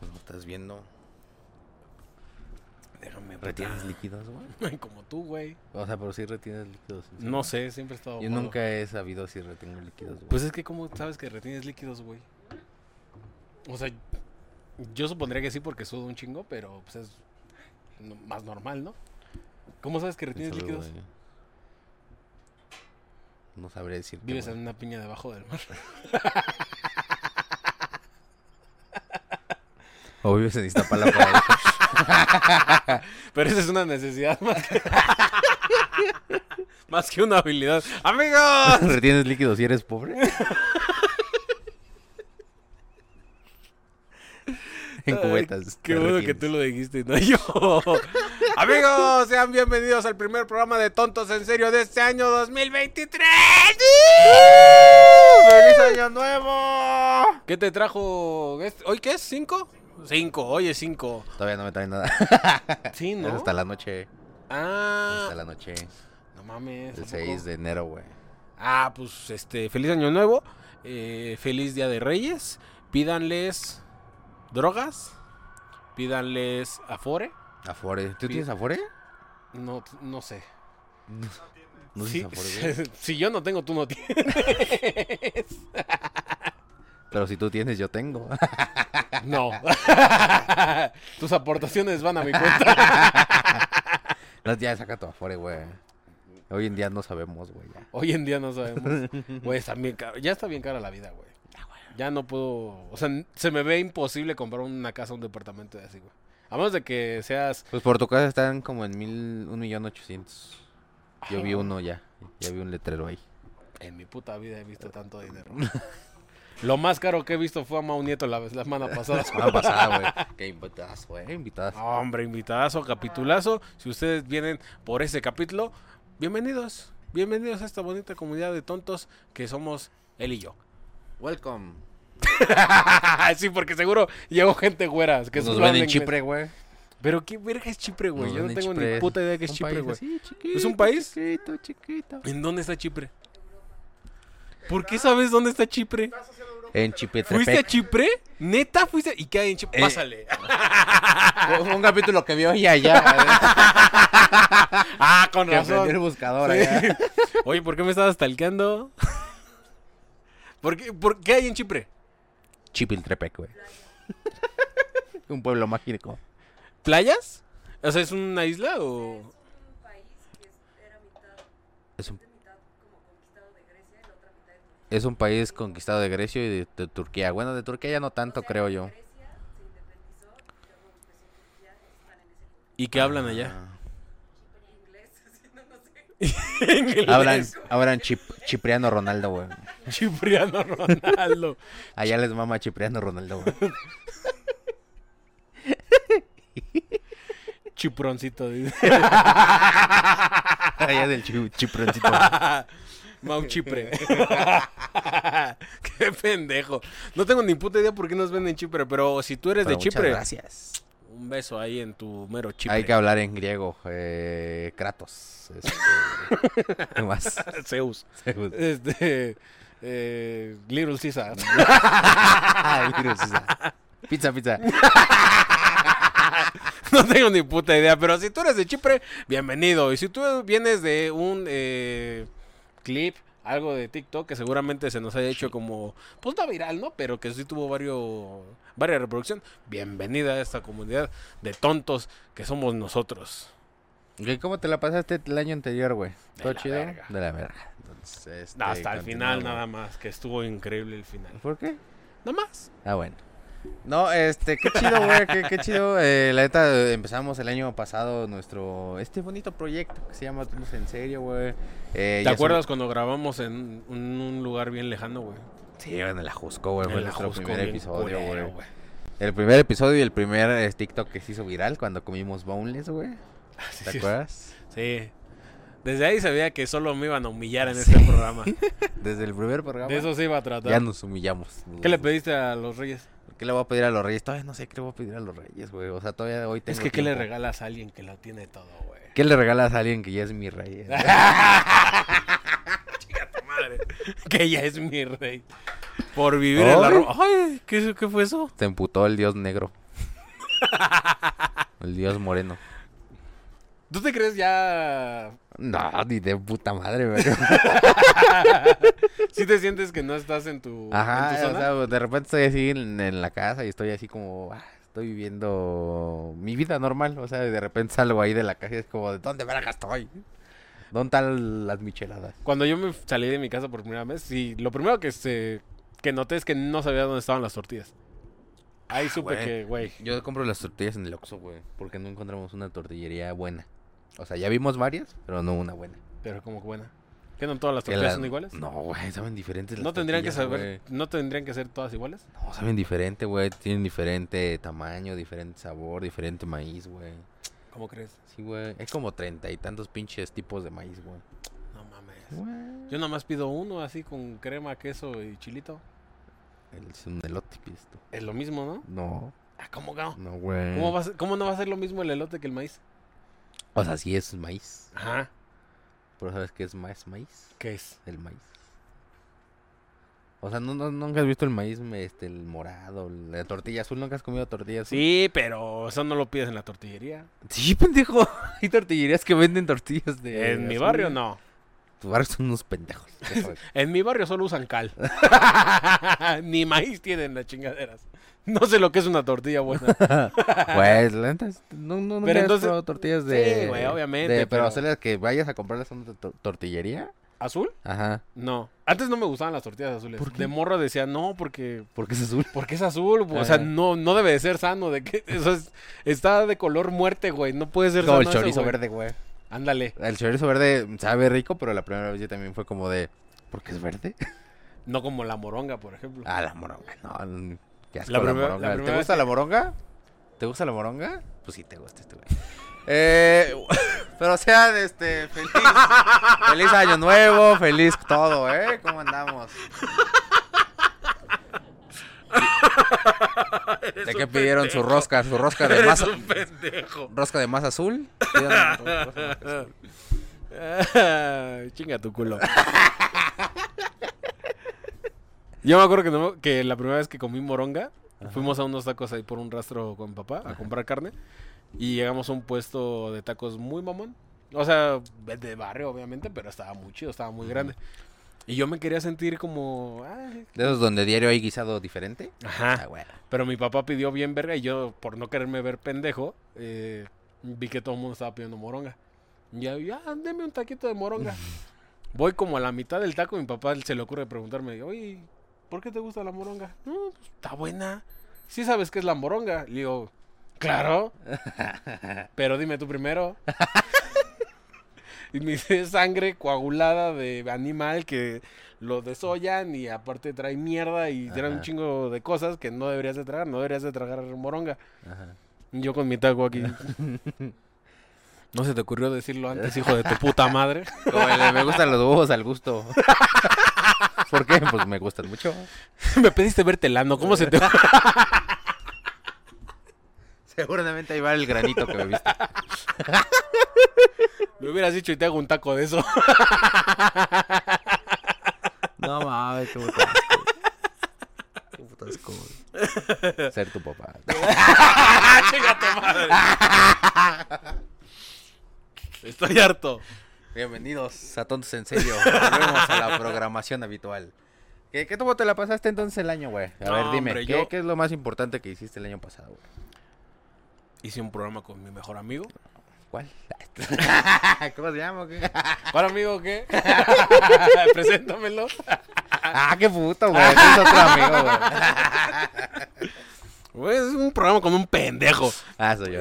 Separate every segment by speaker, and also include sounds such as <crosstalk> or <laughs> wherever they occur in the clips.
Speaker 1: Lo estás viendo.
Speaker 2: <laughs>
Speaker 1: Déjame ¿Retienes líquidos, güey?
Speaker 2: Como tú, güey.
Speaker 1: O sea, pero sí retienes líquidos. ¿en serio?
Speaker 2: No sé, siempre he estado.
Speaker 1: Yo
Speaker 2: gordo.
Speaker 1: nunca he sabido si retengo líquidos, güey.
Speaker 2: Pues es que, ¿cómo sabes que retienes líquidos, güey? O sea, yo supondría que sí porque sudo un chingo, pero pues es no- más normal, ¿no? ¿Cómo sabes que retienes
Speaker 1: Piénsalo,
Speaker 2: líquidos?
Speaker 1: güey. No sabría decir.
Speaker 2: Vives en una piña debajo del mar. <laughs>
Speaker 1: O vives en Iztapalapa.
Speaker 2: <laughs> Pero esa es una necesidad más que, <laughs> más que una habilidad. ¡Amigos!
Speaker 1: ¿Retienes líquidos si eres pobre? en cubetas.
Speaker 2: Qué
Speaker 1: te
Speaker 2: bueno que
Speaker 1: retienes.
Speaker 2: tú lo dijiste, y no <laughs> yo. Amigos, sean bienvenidos al primer programa de Tontos en Serio de este año 2023.
Speaker 1: ¡Feliz año nuevo!
Speaker 2: ¿Qué te trajo? este- ¿Hoy qué es? ¿Cinco? Cinco, hoy es cinco.
Speaker 1: Todavía no me trae nada. Eh,
Speaker 2: Sí,
Speaker 1: Es
Speaker 2: ¿no?
Speaker 1: hasta la noche.
Speaker 2: Ah,
Speaker 1: Hasta la noche.
Speaker 2: no mames.
Speaker 1: El
Speaker 2: ¿a poco?
Speaker 1: 6 de enero, güey.
Speaker 2: Ah, pues este, feliz año nuevo. eh, feliz día de Reyes. Pídanles drogas. Pídanles afore.
Speaker 1: Afore. ¿Tú
Speaker 2: Pi-
Speaker 1: tienes Afore?
Speaker 2: No, t- no sé.
Speaker 1: No
Speaker 2: Sí,
Speaker 1: tienes Afore, güey.
Speaker 2: <laughs> si yo no tengo, tú no tienes.
Speaker 1: Pero si tú tienes, yo tengo. <laughs>
Speaker 2: No. <laughs> Tus aportaciones van a mi cuenta. <laughs>
Speaker 1: No, ya saca tu Afore, güey. Hoy en día no sabemos, güey. ya.
Speaker 2: Hoy en día no sabemos. Güey, está bien caro- Ya está bien cara la vida, güey. Ya no puedo. O sea, n- se me ve imposible comprar una casa, un departamento de así, güey. A menos de que seas.
Speaker 1: Pues por tu casa están como en mil, un millón ochocientos. Yo vi uno ya. Ya vi un letrero ahí.
Speaker 2: En mi puta vida he visto tanto dinero. Lo más caro que he visto fue a Mau Nieto la, vez- la semana pasada.
Speaker 1: semana pasada, güey. <laughs> Qué invitadas, güey. Ah, Invitadas.
Speaker 2: No, hombre, invitadazo, capitulazo. Si ustedes vienen por ese capítulo, bienvenidos. Bienvenidos a esta bonita comunidad de tontos que somos él y yo. <laughs>
Speaker 1: Welcome.
Speaker 2: sí, porque seguro llegó gente güera. Que
Speaker 1: Nos
Speaker 2: solo
Speaker 1: ven
Speaker 2: habla
Speaker 1: en
Speaker 2: inglés.
Speaker 1: Chipre, güey.
Speaker 2: Pero qué verga es Chipre, güey.
Speaker 1: Nos
Speaker 2: Yo
Speaker 1: ven
Speaker 2: no
Speaker 1: en
Speaker 2: tengo
Speaker 1: Chipre.
Speaker 2: ni puta idea que es
Speaker 1: Un
Speaker 2: Chipre,
Speaker 1: país
Speaker 2: güey.
Speaker 1: así,
Speaker 2: ¿Es un
Speaker 1: chiquito,
Speaker 2: país?
Speaker 1: Chiquito, chiquito.
Speaker 2: ¿En dónde está Chipre? ¿Por qué sabes dónde está Chipre?
Speaker 1: En
Speaker 2: ¿Fuiste a
Speaker 1: Chipetrepec.
Speaker 2: Chipre? ¿Neta fuiste? ¿Y qué hay en Chipre?
Speaker 1: Eh,
Speaker 2: Pásale. <laughs>
Speaker 1: Fue un capítulo que vio hoy allá.
Speaker 2: Ah, con
Speaker 1: que aprendió el
Speaker 2: razón.
Speaker 1: buscador
Speaker 2: Sí.
Speaker 1: allá.
Speaker 2: Oye, ¿por qué me estabas talqueando? <laughs> ¿Por qué, por qué hay en Chipre?
Speaker 1: Chipiltrepec, güey. <laughs> un pueblo mágico.
Speaker 2: ¿Playas? O sea, ¿es una isla o...?
Speaker 1: Es un... Es un país conquistado de Grecia y de, de Turquía. Bueno, de Turquía ya no tanto, creo yo.
Speaker 2: ¿Y qué hablan <laughs> allá?
Speaker 1: Ah. <laughs>
Speaker 2: Inglés.
Speaker 1: Hablan, hablan chip- Chipriano Ronaldo, güey.
Speaker 2: Chipriano Ronaldo. <laughs>
Speaker 1: Allá les mama Chipriano Ronaldo, <laughs> güey.
Speaker 2: Chiproncito, dice.
Speaker 1: Allá del chi- <laughs> chiproncito. güey.
Speaker 2: <laughs> Mau Chipre. <laughs> qué pendejo. No tengo ni puta idea por qué nos ven en Chipre, pero si tú eres
Speaker 1: Pero
Speaker 2: de
Speaker 1: muchas
Speaker 2: Chipre,
Speaker 1: Gracias.
Speaker 2: un beso ahí en tu mero Chipre.
Speaker 1: Hay que hablar en griego. eh, Kratos. este, ¿Qué más? <laughs>
Speaker 2: <laughs> Zeus.
Speaker 1: Zeus.
Speaker 2: Este eh, Little Caesar.
Speaker 1: <laughs> Ay, virus, o sea. Pizza, pizza.
Speaker 2: <laughs> no tengo ni puta idea, pero si tú eres de Chipre, bienvenido. Y si tú vienes de un eh, clip, algo de TikTok que seguramente se nos haya hecho como, pues no viral, ¿no? Pero que sí tuvo varios, varias reproducción. Bienvenida a esta comunidad de tontos que somos nosotros.
Speaker 1: ¿Y ¿Cómo te la pasaste el año anterior, güey? ¿Todo
Speaker 2: la
Speaker 1: chido?
Speaker 2: verga.
Speaker 1: De la verga. Entonces, este,
Speaker 2: Hasta el final
Speaker 1: continuamos.
Speaker 2: nada más, que estuvo increíble el final.
Speaker 1: ¿Por qué?
Speaker 2: Nada más.
Speaker 1: Ah, bueno. No, este, qué chido, güey, qué, qué chido. Eh, la neta, eh, empezamos el año pasado nuestro, este bonito proyecto que se llama Tomos en Serio, güey. Eh,
Speaker 2: ¿Te
Speaker 1: ya
Speaker 2: acuerdas cuando grabamos en un, un lugar bien lejano, güey?
Speaker 1: son- Sí, en el Ajusco, güey, fue
Speaker 2: En la
Speaker 1: nuestro
Speaker 2: Jusco,
Speaker 1: primer
Speaker 2: bien
Speaker 1: episodio,
Speaker 2: culero,
Speaker 1: güey. El primer episodio y el primer eh, TikTok que se hizo viral cuando comimos boneless, güey.
Speaker 2: Sí,
Speaker 1: ¿Te
Speaker 2: sí,
Speaker 1: acuerdas?
Speaker 2: Sí. Desde ahí se veía que solo me iban a humillar en este <laughs> programa.
Speaker 1: Desde el primer programa
Speaker 2: De eso se iba a tratar.
Speaker 1: ya nos humillamos.
Speaker 2: ¿Qué le pediste a los reyes?
Speaker 1: ¿Qué le voy a pedir a los reyes? Todavía no sé qué le voy a pedir a los reyes, güey. O sea, todavía hoy tengo
Speaker 2: es que ¿qué le
Speaker 1: tiempo.
Speaker 2: regalas a alguien que lo tiene <laughs> todo, güey? <laughs>
Speaker 1: <laughs> ¿Qué le regalas a alguien que ya es mi rey?
Speaker 2: madre. <laughs> Que ella es mi rey. Por vivir en la
Speaker 1: Ay.
Speaker 2: ropa. Ay, ¿qué, ¿qué fue eso?
Speaker 1: Te emputó el dios <laughs> negro. el dios moreno.
Speaker 2: ¿Tú te crees ya...
Speaker 1: No, ni de puta madre, güey.
Speaker 2: Si te sientes que no estás en tu, en
Speaker 1: <laughs>
Speaker 2: tu
Speaker 1: Ajá, o
Speaker 2: zona?
Speaker 1: sea, de repente estoy así en, en la casa y estoy así como, ah, estoy viviendo mi vida normal. O sea, y de repente salgo ahí de la casa y es como, ¿de dónde verga estoy? ¿Dónde están las micheladas?
Speaker 2: Cuando yo me salí de mi casa por primera vez, sí, lo primero que, se, que noté es que no sabía dónde estaban las tortillas. Ahí supe
Speaker 1: güey.
Speaker 2: que, Ah, güey,
Speaker 1: Yo compro las tortillas en el Oxxo, güey, porque no encontramos una tortillería buena. O sea, ya vimos varias, pero no una buena.
Speaker 2: pero como que buena. ¿Qué no todas las
Speaker 1: Que
Speaker 2: tortillas
Speaker 1: la-
Speaker 2: son iguales?
Speaker 1: No, güey, saben diferentes las
Speaker 2: ¿No tendrían que
Speaker 1: tortillas,
Speaker 2: saber,
Speaker 1: güey.
Speaker 2: no tendrían que ser todas iguales?
Speaker 1: No, saben diferente, güey. Tienen diferente tamaño, diferente sabor, diferente maíz, güey.
Speaker 2: ¿Cómo crees?
Speaker 1: Sí, güey. Es como treinta y tantos pinches tipos de maíz, güey.
Speaker 2: No mames. Yo nomás pido uno así con crema, queso y chilito.
Speaker 1: El- Es un elote, pides tú.
Speaker 2: Es lo mismo, ¿no?
Speaker 1: No,
Speaker 2: Ah, ¿cómo no?
Speaker 1: no, güey.
Speaker 2: ¿Cómo, va a ser- cómo no va a ser lo mismo el elote que el maíz?
Speaker 1: O sea, sí es maíz.
Speaker 2: Ajá.
Speaker 1: Pero ¿sabes qué es más maíz?
Speaker 2: ¿Qué es?
Speaker 1: El maíz. O sea, ¿no, no, ¿nunca has visto el maíz, este, el morado, la tortilla azul? ¿Nunca has comido tortilla azul?
Speaker 2: Sí, pero eso no lo pides en la tortillería.
Speaker 1: Sí, <laughs> pendejo. Hay tortillerías que venden tortillas de
Speaker 2: En mi
Speaker 1: azul,
Speaker 2: barrio
Speaker 1: güey.
Speaker 2: no.
Speaker 1: Tu barrio son unos
Speaker 2: <laughs>
Speaker 1: pendejos. déjame.
Speaker 2: En mi barrio solo
Speaker 1: <laughs>
Speaker 2: usan cal. <laughs> Ni maíz tienen las chingaderas. No sé lo que es una
Speaker 1: <laughs>
Speaker 2: tortilla buena.
Speaker 1: Pues, la neta, es- no, no, no
Speaker 2: Pero
Speaker 1: has
Speaker 2: entonces-
Speaker 1: probado tortillas de...
Speaker 2: Sí, güey, obviamente,
Speaker 1: de- pero,
Speaker 2: pero-
Speaker 1: hacerlas que vayas a comprarlas a una to- tortillería.
Speaker 2: ¿Azul?
Speaker 1: Ajá.
Speaker 2: No. Antes no me gustaban las tortillas azules.
Speaker 1: ¿Por qué?
Speaker 2: De morro decía, no, porque,
Speaker 1: Porque es
Speaker 2: <laughs>
Speaker 1: azul.
Speaker 2: porque es azul. O sea,
Speaker 1: Ah.
Speaker 2: no, no debe de ser sano. De que, <laughs> eso es- está de color muerte, güey. No puede ser
Speaker 1: Como el
Speaker 2: sano eso,
Speaker 1: chorizo
Speaker 2: güey.
Speaker 1: verde, güey.
Speaker 2: Ándale.
Speaker 1: El chorizo verde sabe rico, pero la primera vez yo también fue como de... ¿Por qué es verde?
Speaker 2: No como la moronga, por ejemplo.
Speaker 1: <laughs> Ah, la moronga. No, no, qué asco
Speaker 2: La
Speaker 1: la,
Speaker 2: primera- la
Speaker 1: moronga. ¿Te
Speaker 2: primera
Speaker 1: gusta
Speaker 2: vez
Speaker 1: la moronga? ¿Te gusta la moronga? Pues sí, te gusta este
Speaker 2: <laughs>
Speaker 1: güey. Eh, pero sean, este, feliz. feliz año nuevo, feliz todo, ¿eh? ¿Cómo andamos? ¿De qué pidieron su rosca? Su rosca de más,
Speaker 2: pendejo.
Speaker 1: rosca de más azul. Pidieron ro- rosca
Speaker 2: <laughs>
Speaker 1: de más azul.
Speaker 2: Ah. Chinga tu culo. Yo me acuerdo que, no- que la primera vez que comí moronga, fuimos a unos tacos ahí por un rastro con mi papá a comprar carne. Y llegamos a un puesto de tacos muy mamón. O sea, de barrio, obviamente, pero estaba muy chido, estaba muy grande. Y yo me quería sentir como. "Ay".
Speaker 1: De esos donde diario hay guisado diferente. Ah,
Speaker 2: Ajá.
Speaker 1: güey.
Speaker 2: Pero mi papá pidió bien verga y yo, por no quererme ver pendejo, eh, vi que todo el mundo estaba pidiendo moronga. Y ya, ya, deme un taquito de moronga. Voy como a la mitad del taco y mi papá se le ocurre preguntarme, oye, ¿por qué te gusta la moronga? No, pues, está buena. Sí sabes qué es la moronga. Le digo, claro.
Speaker 1: <laughs>
Speaker 2: Pero dime tú primero. Y me dice, "Es sangre coagulada de animal que lo desollan y aparte trae mierda y trae un
Speaker 1: Ajá.
Speaker 2: chingo de cosas que no deberías de tragar, no deberías de tragar moronga.
Speaker 1: Ajá.
Speaker 2: Y yo con mi taco
Speaker 1: <laughs>
Speaker 2: aquí. No se te ocurrió decirlo antes, hijo
Speaker 1: <laughs>
Speaker 2: de tu puta madre.
Speaker 1: Como el de me gustan los huevos al <laughs> gusto. ¿Por qué? Pues me gustan mucho.
Speaker 2: <laughs> Me pediste ver telano, ¿cómo se te <laughs>
Speaker 1: Seguramente ahí va el granito que me viste.
Speaker 2: Me hubieras dicho y te hago un taco <laughs> de eso.
Speaker 1: No mames, qué puto asco. Qué puto asco. güey. Ser tu papá.
Speaker 2: Ah, Chinga tu madre. Estoy harto.
Speaker 1: Bienvenidos a Tontos en Serio. Volvemos a la programación habitual. ¿Qué, qué cómo te la pasaste entonces el año, güey? A
Speaker 2: No,
Speaker 1: ver, dime,
Speaker 2: hombre,
Speaker 1: ¿qué,
Speaker 2: yo-
Speaker 1: qué es lo más importante que hiciste el año pasado, güey?
Speaker 2: Hice un programa con mi mejor <laughs> amigo.
Speaker 1: ¿Cuál? <laughs> ¿Cómo se llama? o qué?
Speaker 2: ¿Cuál amigo qué? <laughs> Preséntamelo.
Speaker 1: ah, qué puto, güey. ese Es otro amigo, güey.
Speaker 2: Güey, es un programa con un pendejo.
Speaker 1: Ah, <laughs> soy yo.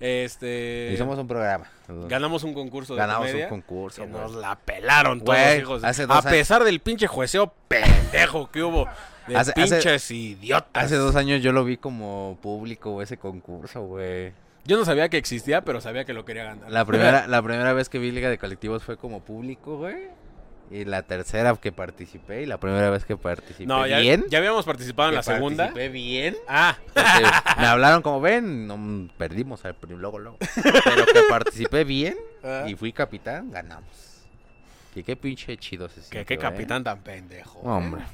Speaker 2: este.
Speaker 1: Hicimos un programa.
Speaker 2: Ganamos un concurso de
Speaker 1: Ganamos
Speaker 2: comedia
Speaker 1: un concurso,
Speaker 2: que
Speaker 1: güey.
Speaker 2: nos la pelaron todos,
Speaker 1: Güey,
Speaker 2: hijos.
Speaker 1: hace
Speaker 2: a
Speaker 1: dos años-
Speaker 2: pesar del pinche jueceo pendejo que hubo. De
Speaker 1: Hace- hace-
Speaker 2: pinches idiotas.
Speaker 1: Hace dos años yo lo vi como público güey, ese concurso, güey.
Speaker 2: Yo no sabía que existía, pero sabía que lo quería ganar. <laughs>
Speaker 1: La primera, la primera vez que vi Liga de Colectivos fue como público, güey. Y la tercera que participé, y la primera vez que participé
Speaker 2: No, ya,
Speaker 1: bien.
Speaker 2: ya habíamos participado en
Speaker 1: que
Speaker 2: la segunda.
Speaker 1: Participé bien.
Speaker 2: Ah,
Speaker 1: porque
Speaker 2: <laughs>
Speaker 1: me hablaron como ven, no, mm, perdimos al prim- luego, luego. Pero que participé bien
Speaker 2: Ah.
Speaker 1: y fui capitán, ganamos. Que qué pinche chido se
Speaker 2: Que
Speaker 1: sintió,
Speaker 2: qué
Speaker 1: ¿eh?
Speaker 2: capitán tan pendejo.
Speaker 1: No, hombre.
Speaker 2: ¿eh?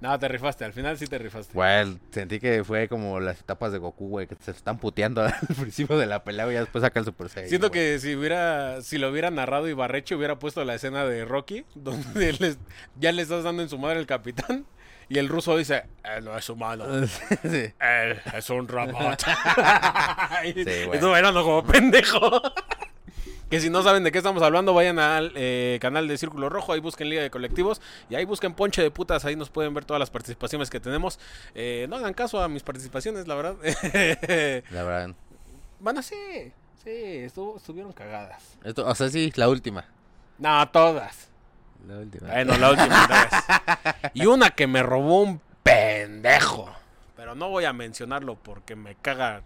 Speaker 2: No, te rifaste. Al final sí te
Speaker 1: Este,
Speaker 2: rifaste.
Speaker 1: Güey, sentí que fue como las etapas de Goku, güey, que se están puteando <laughs> al principio de la pelea y ya después saca el Super Saiyan.
Speaker 2: Siento
Speaker 1: güey.
Speaker 2: que si hubiera, si lo hubiera narrado Ibarreche, hubiera puesto la escena de Rocky, <laughs> donde les- ya le estás dando en su madre el capitán, y el ruso dice, él no es humano,
Speaker 1: <laughs> Sí.
Speaker 2: él Eh, es un robot. <laughs> y
Speaker 1: güey.
Speaker 2: estuvo bailando como pendejo. <laughs> que si no saben de qué estamos hablando, vayan al eh, canal de Círculo Rojo, ahí busquen Liga de Colectivos, y ahí busquen Ponche de Putas, ahí nos pueden ver todas las participaciones que tenemos. Eh, no hagan caso a mis participaciones, la verdad. <laughs>
Speaker 1: La verdad.
Speaker 2: Van así. Sí, estuvo- estuvieron cagadas.
Speaker 1: Esto, o sea, sí, la última.
Speaker 2: No, todas.
Speaker 1: La última.
Speaker 2: Bueno, la última vez. Y una que me robó un pendejo. Pero no voy a mencionarlo porque me caga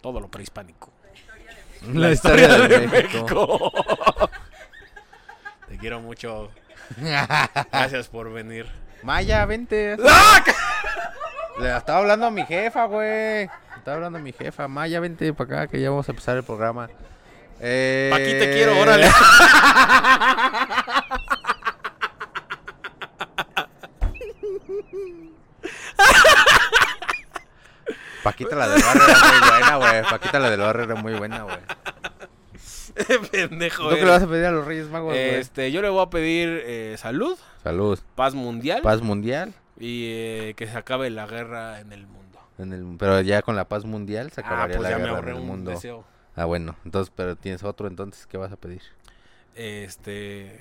Speaker 2: todo lo prehispánico.
Speaker 1: la, historia, de, México.
Speaker 2: México. Te quiero mucho. Gracias por venir.
Speaker 1: Maya, vente. <laughs> Le estaba hablando a mi jefa, güey. Le Estaba hablando a mi jefa. Maya, vente para acá que ya vamos a empezar el programa. Eh...
Speaker 2: Aquí te quiero, órale. <laughs>
Speaker 1: <laughs> Paquita la del barrio era muy buena, güey. Paquita la del barrio era muy buena, güey.
Speaker 2: pendejo.
Speaker 1: ¿Tú qué
Speaker 2: eres.
Speaker 1: le vas a pedir a los Reyes Magos, güey?
Speaker 2: Este, yo le voy a pedir eh, salud,
Speaker 1: Salud.
Speaker 2: paz mundial
Speaker 1: Paz mundial.
Speaker 2: y eh, que se acabe la guerra en el mundo.
Speaker 1: En el, pero ya con la paz mundial se
Speaker 2: Ah,
Speaker 1: acabaría
Speaker 2: pues
Speaker 1: la
Speaker 2: ya me
Speaker 1: guerra en
Speaker 2: ahorré
Speaker 1: el
Speaker 2: un
Speaker 1: mundo.
Speaker 2: deseo.
Speaker 1: Ah, bueno. Entonces, pero tienes otro, entonces, ¿qué vas a pedir?
Speaker 2: Este.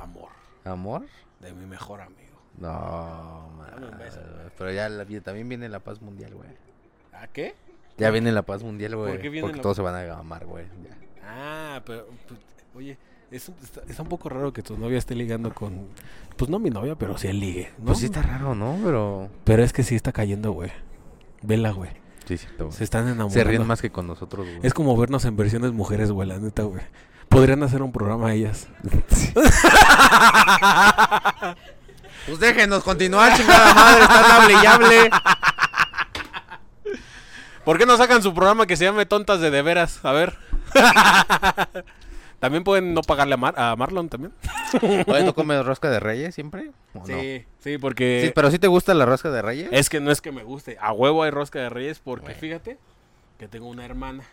Speaker 2: Amor
Speaker 1: ¿Amor?
Speaker 2: de mi mejor amigo.
Speaker 1: No,
Speaker 2: Dame un beso,
Speaker 1: madre,
Speaker 2: güey.
Speaker 1: güey. Pero ya la- vi- también viene la paz mundial, güey.
Speaker 2: ¿A ¿Ah, qué?
Speaker 1: Ya viene la paz mundial, güey.
Speaker 2: qué viene
Speaker 1: Porque
Speaker 2: la-
Speaker 1: todos se van a gamar, güey. ya.
Speaker 2: Ah, pero. pues, oye, es un, está, está un poco raro que tu novia esté ligando con. Pues no mi novia, pero sí el ligue. ¿no?
Speaker 1: Pues sí está raro, ¿no? Pero.
Speaker 2: Pero es que sí está cayendo, güey. Vela, güey.
Speaker 1: Sí, es cierto, güey.
Speaker 2: Se están enamorando.
Speaker 1: Se ríen más que con nosotros, güey.
Speaker 2: Es como vernos en versiones mujeres, güey, la neta, güey. Podrían hacer un programa ellas.
Speaker 1: Pues déjenos
Speaker 2: <laughs>
Speaker 1: continuar, chingada madre. Estás hable y hable.
Speaker 2: ¿Por qué no sacan su programa que se llame Tontas de de veras? A ver. <laughs> también pueden no pagarle a, Mar- a Marlon también.
Speaker 1: Oye, ¿tú comes rosca de reyes siempre? ¿O no?
Speaker 2: sí, Eh, porque
Speaker 1: Sí, pero ¿sí te gusta la rosca de reyes?
Speaker 2: es que no es que me guste. A huevo hay rosca de reyes porque
Speaker 1: Güey.
Speaker 2: fíjate que tengo una hermana